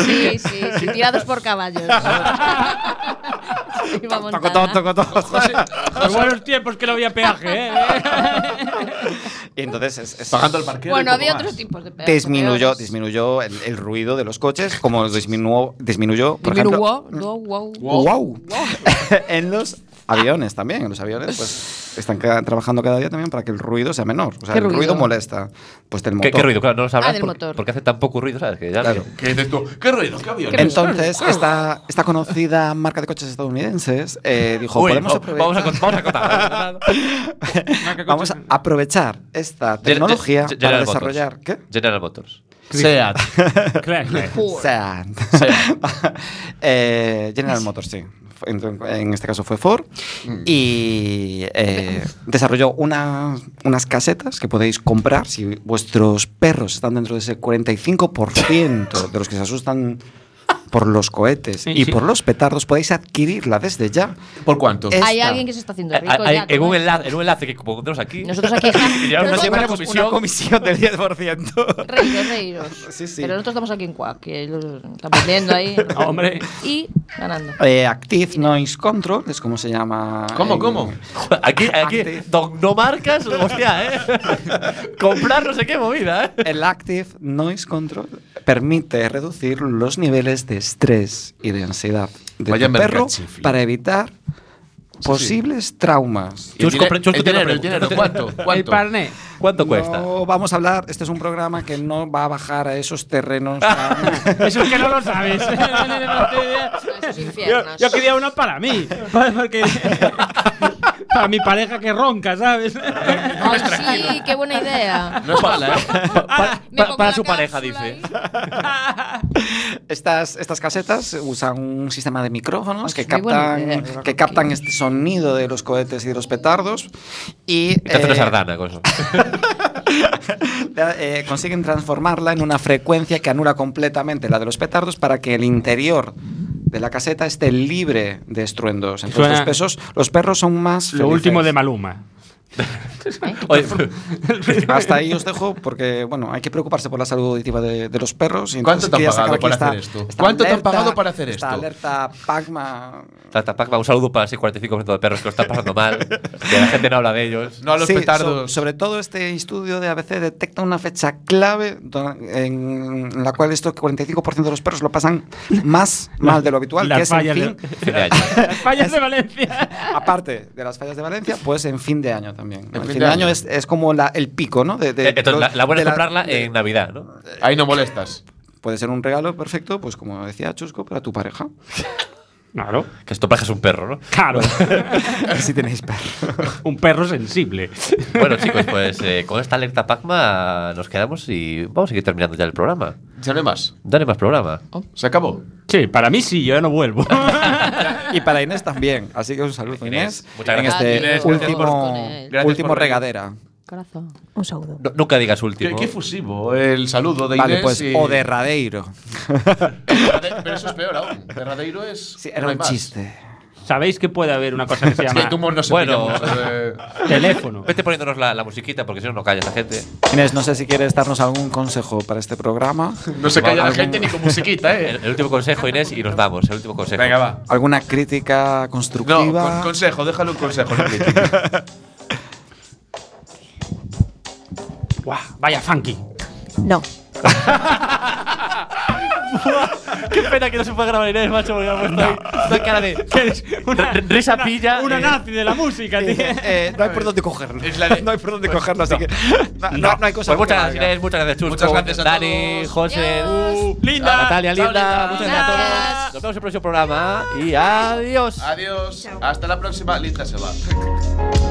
[SPEAKER 7] Sí, sí, sí, tirados por caballos. Iba
[SPEAKER 1] Toco, toco,
[SPEAKER 7] montada.
[SPEAKER 1] toco, toco.
[SPEAKER 8] Los buenos tiempos que no había peaje, ¿eh?
[SPEAKER 1] Y entonces es- es-
[SPEAKER 6] Pagando el parqueo.
[SPEAKER 7] Bueno,
[SPEAKER 6] y poco
[SPEAKER 7] había
[SPEAKER 6] más.
[SPEAKER 7] otros tipos de perros.
[SPEAKER 1] disminuyó,
[SPEAKER 7] peores.
[SPEAKER 1] disminuyó el, el ruido de los coches, como disminuyó, disminuyó por ejemplo, mm,
[SPEAKER 7] Disminuyó. Wow, wow.
[SPEAKER 1] wow. en los aviones también. En los aviones pues, están ca- trabajando cada día también para que el ruido sea menor. O sea,
[SPEAKER 7] ¿Qué
[SPEAKER 1] el ruido?
[SPEAKER 7] ruido?
[SPEAKER 1] molesta. Pues del
[SPEAKER 5] ¿Qué,
[SPEAKER 1] motor.
[SPEAKER 5] qué ruido? Claro, no lo sabrás
[SPEAKER 7] Ah, del
[SPEAKER 5] por-
[SPEAKER 7] motor.
[SPEAKER 5] porque hace tan poco ruido, ¿sabes? Que ya
[SPEAKER 1] Claro.
[SPEAKER 6] ¿Qué dices tú? ¿Qué ruido? ¿Qué avión?
[SPEAKER 7] Qué ruido.
[SPEAKER 1] Entonces, esta, esta conocida marca de coches estadounidenses eh, dijo,
[SPEAKER 5] Uy,
[SPEAKER 1] podemos
[SPEAKER 5] va- vamos a
[SPEAKER 1] aprovechar,
[SPEAKER 5] cont- vamos a contar.
[SPEAKER 1] vamos a aprovechar esta tecnología
[SPEAKER 5] Ge- ge-
[SPEAKER 1] para
[SPEAKER 5] General Motors.
[SPEAKER 1] desarrollar... ¿Qué?
[SPEAKER 5] General Motors.
[SPEAKER 6] Seat.
[SPEAKER 8] Claro, claro.
[SPEAKER 7] Ford.
[SPEAKER 1] Seat. Eh, General Motors, sí. En, en este caso fue Ford.
[SPEAKER 6] Mm.
[SPEAKER 1] Y eh, desarrolló una- unas casetas que podéis comprar si vuestros perros están dentro de ese 45% de los que se asustan por los cohetes
[SPEAKER 8] Sí,
[SPEAKER 1] y
[SPEAKER 8] sí.
[SPEAKER 1] por los petardos. Podéis adquirirla desde ya.
[SPEAKER 6] ¿Por cuánto?
[SPEAKER 1] Eh,
[SPEAKER 7] Hay
[SPEAKER 1] Esta.
[SPEAKER 7] alguien que se está haciendo
[SPEAKER 5] Eh,
[SPEAKER 7] rico.
[SPEAKER 5] hay-
[SPEAKER 7] ya,
[SPEAKER 5] en,
[SPEAKER 7] con
[SPEAKER 5] un
[SPEAKER 7] esto.
[SPEAKER 5] enlace, en un enlace que como tenemos aquí.
[SPEAKER 7] Nosotros aquí.
[SPEAKER 5] Y ya
[SPEAKER 7] Nosotros
[SPEAKER 5] nos llevaremos
[SPEAKER 7] estamos-
[SPEAKER 5] comisión.
[SPEAKER 1] comisión del 10%.
[SPEAKER 7] Reíros, reíros.
[SPEAKER 1] Sí, sí.
[SPEAKER 7] Pero nosotros estamos aquí en Cuac, que lo estamos viendo ahí.
[SPEAKER 8] Hombre.
[SPEAKER 7] Y ganando.
[SPEAKER 1] Eh, Active Noise Control es como se llama.
[SPEAKER 6] ¿Cómo,
[SPEAKER 1] en-
[SPEAKER 6] cómo?
[SPEAKER 5] Aquí, aquí, don- no marcas, hostia, ¿eh? Comprar no sé qué movida, ¿eh?
[SPEAKER 1] El Active Noise Control permite reducir los niveles de estrés y de ansiedad de
[SPEAKER 6] Vaya
[SPEAKER 1] tu perro
[SPEAKER 6] mercachifli.
[SPEAKER 1] para evitar Posibles traumas.
[SPEAKER 6] Yo os compré- yo os El tengo una dinero, el pregunta. dinero, ¿cuánto?
[SPEAKER 8] ¿Cuánto? parné.
[SPEAKER 5] ¿Cuánto
[SPEAKER 1] No
[SPEAKER 5] cuesta?
[SPEAKER 1] vamos a hablar. Este es un programa que no va a bajar a esos terrenos. tan-
[SPEAKER 8] Eso es que no lo sabes.
[SPEAKER 7] Esos
[SPEAKER 8] yo,
[SPEAKER 7] infiernos.
[SPEAKER 8] yo quería uno para mí. para- Porque, para mi pareja que ronca, ¿sabes?
[SPEAKER 7] Ay, sí, qué buena idea.
[SPEAKER 6] No es mala, ¿eh?
[SPEAKER 7] Me
[SPEAKER 5] Pa-
[SPEAKER 7] pongo
[SPEAKER 5] para
[SPEAKER 7] la
[SPEAKER 5] su pareja,
[SPEAKER 7] cápsula
[SPEAKER 5] dice.
[SPEAKER 7] ahí.
[SPEAKER 1] Estas, estas casetas usan un sistema de micrófonos
[SPEAKER 7] Ay,
[SPEAKER 1] que
[SPEAKER 7] qué buena
[SPEAKER 1] captan,
[SPEAKER 7] idea.
[SPEAKER 1] que captan este sonido de los cohetes y de los petardos y
[SPEAKER 5] Te hace una
[SPEAKER 1] eh,
[SPEAKER 5] sardana con eso.
[SPEAKER 1] la- eh, consiguen transformarla en una frecuencia que anula completamente la de los petardos para que el interior de la caseta esté libre de estruendos. Entonces
[SPEAKER 8] Suena-
[SPEAKER 1] los, pesos, los perros son más...
[SPEAKER 8] Lo
[SPEAKER 1] felices.
[SPEAKER 8] último de Maluma.
[SPEAKER 5] Oye,
[SPEAKER 1] Hasta ahí os dejo porque, bueno, hay que preocuparse por la salud auditiva de, de los perros. y
[SPEAKER 6] ¿Cuánto
[SPEAKER 1] entonces
[SPEAKER 6] te han
[SPEAKER 1] quería sacar
[SPEAKER 6] pagado
[SPEAKER 1] aquí
[SPEAKER 6] para
[SPEAKER 1] esta-
[SPEAKER 6] hacer esto?
[SPEAKER 1] esta
[SPEAKER 6] ¿Cuánto te han
[SPEAKER 1] alerta-
[SPEAKER 6] pagado para hacer
[SPEAKER 1] esta
[SPEAKER 6] esto?
[SPEAKER 1] alerta Pacma.
[SPEAKER 5] Tata Pacma, un saludo para ese 45% de perros que lo están pasando mal. Que la gente no habla de ellos.
[SPEAKER 6] No a los
[SPEAKER 1] Sí,
[SPEAKER 6] petardos.
[SPEAKER 1] so- sobre todo este estudio de ABC detecta una fecha clave do- en la cual estos 45% de los perros lo pasan más mal de lo habitual,
[SPEAKER 8] Las
[SPEAKER 1] que es en
[SPEAKER 8] fallas de-
[SPEAKER 1] fin-
[SPEAKER 5] Fin de año.
[SPEAKER 8] Las fallas de Valencia.
[SPEAKER 1] aparte de las fallas de Valencia, pues en fin de año también. ¿no?
[SPEAKER 6] En
[SPEAKER 1] El
[SPEAKER 6] fin
[SPEAKER 1] fin
[SPEAKER 6] de
[SPEAKER 1] de año
[SPEAKER 6] año.
[SPEAKER 1] es, es como la- el pico, ¿no? De- de-
[SPEAKER 5] Eh, Entonces, la, la buena
[SPEAKER 1] de
[SPEAKER 5] es comprarla en Navidad, ¿no?
[SPEAKER 6] Ahí no molestas.
[SPEAKER 1] Puede ser un regalo perfecto, pues como decía Chusco, para tu pareja.
[SPEAKER 8] Claro.
[SPEAKER 5] Que esto paja es un perro, ¿no?
[SPEAKER 8] Claro.
[SPEAKER 1] si tenéis perro.
[SPEAKER 8] Un perro sensible.
[SPEAKER 5] Bueno, chicos, pues eh, con esta alerta Pacma nos quedamos y vamos a seguir terminando ya el programa.
[SPEAKER 6] Ya no hay más.
[SPEAKER 5] Dale más programa.
[SPEAKER 6] Se acabó.
[SPEAKER 8] Sí, para mí sí, yo ya no vuelvo.
[SPEAKER 1] Y para Inés también. Así que un saludo,
[SPEAKER 5] Inés,
[SPEAKER 1] Inés.
[SPEAKER 5] muchas
[SPEAKER 1] en
[SPEAKER 5] gracias.
[SPEAKER 1] este
[SPEAKER 7] Inés, gracias por-
[SPEAKER 1] último,
[SPEAKER 6] Gracias
[SPEAKER 1] último
[SPEAKER 6] por venir.
[SPEAKER 1] regadera.
[SPEAKER 7] Corazón.
[SPEAKER 9] Un saludo.
[SPEAKER 5] No- nunca digas
[SPEAKER 6] Qué,
[SPEAKER 5] último.
[SPEAKER 6] qué fusivo. El saludo de
[SPEAKER 1] Vale,
[SPEAKER 6] Inés
[SPEAKER 1] pues,
[SPEAKER 6] y-
[SPEAKER 1] o de Radeiro.
[SPEAKER 6] Pero eso es peor aún. Derradeiro es.
[SPEAKER 1] Sí,
[SPEAKER 6] no
[SPEAKER 1] era
[SPEAKER 6] hay
[SPEAKER 1] un
[SPEAKER 6] más.
[SPEAKER 1] chiste.
[SPEAKER 8] ¿Sabéis que puede haber una cosa que se
[SPEAKER 6] Es que
[SPEAKER 8] llama
[SPEAKER 6] el humor eh, no se
[SPEAKER 5] Bueno.
[SPEAKER 6] pilla mucho de-
[SPEAKER 8] teléfono?
[SPEAKER 5] Vete poniéndonos la, la musiquita porque si no, no calla la gente.
[SPEAKER 1] Inés, no sé si quieres darnos algún consejo para este programa.
[SPEAKER 6] No se calla la
[SPEAKER 1] Algún-
[SPEAKER 6] gente ni con musiquita, ¿eh?
[SPEAKER 5] El, el último consejo, Inés, y nos vamos. El último consejo.
[SPEAKER 6] Venga, va.
[SPEAKER 1] ¿Alguna crítica
[SPEAKER 6] No,
[SPEAKER 1] constructiva?
[SPEAKER 6] con- consejo, déjale un consejo. no crítica.
[SPEAKER 8] Guau, vaya funky.
[SPEAKER 9] No.
[SPEAKER 5] Qué pena que no se pueda grabar Inés, macho, porque ha puesto ahí una cara de.
[SPEAKER 8] Una,
[SPEAKER 5] R- risa pilla,
[SPEAKER 8] Una
[SPEAKER 5] eh.
[SPEAKER 8] nazi de la música, tío.
[SPEAKER 1] Eh, no hay por dónde cogerlo.
[SPEAKER 6] Es la de-
[SPEAKER 1] No hay por dónde cogerlo, así que. No, no- no hay cosa
[SPEAKER 5] Pues muchas
[SPEAKER 1] que
[SPEAKER 5] gracias,
[SPEAKER 1] valga.
[SPEAKER 5] Inés, muchas gracias, Chusco.
[SPEAKER 6] Muchas gracias a
[SPEAKER 5] Dani,
[SPEAKER 6] todos.
[SPEAKER 5] José,
[SPEAKER 7] Adiós.
[SPEAKER 8] Linda.
[SPEAKER 5] a Natalia,
[SPEAKER 6] Chao,
[SPEAKER 5] Linda.
[SPEAKER 6] Linda.
[SPEAKER 5] Muchas gracias a todos.
[SPEAKER 7] Gracias.
[SPEAKER 5] Nos vemos en el próximo programa y adiós.
[SPEAKER 6] Adiós. Hasta la próxima. Linda se va.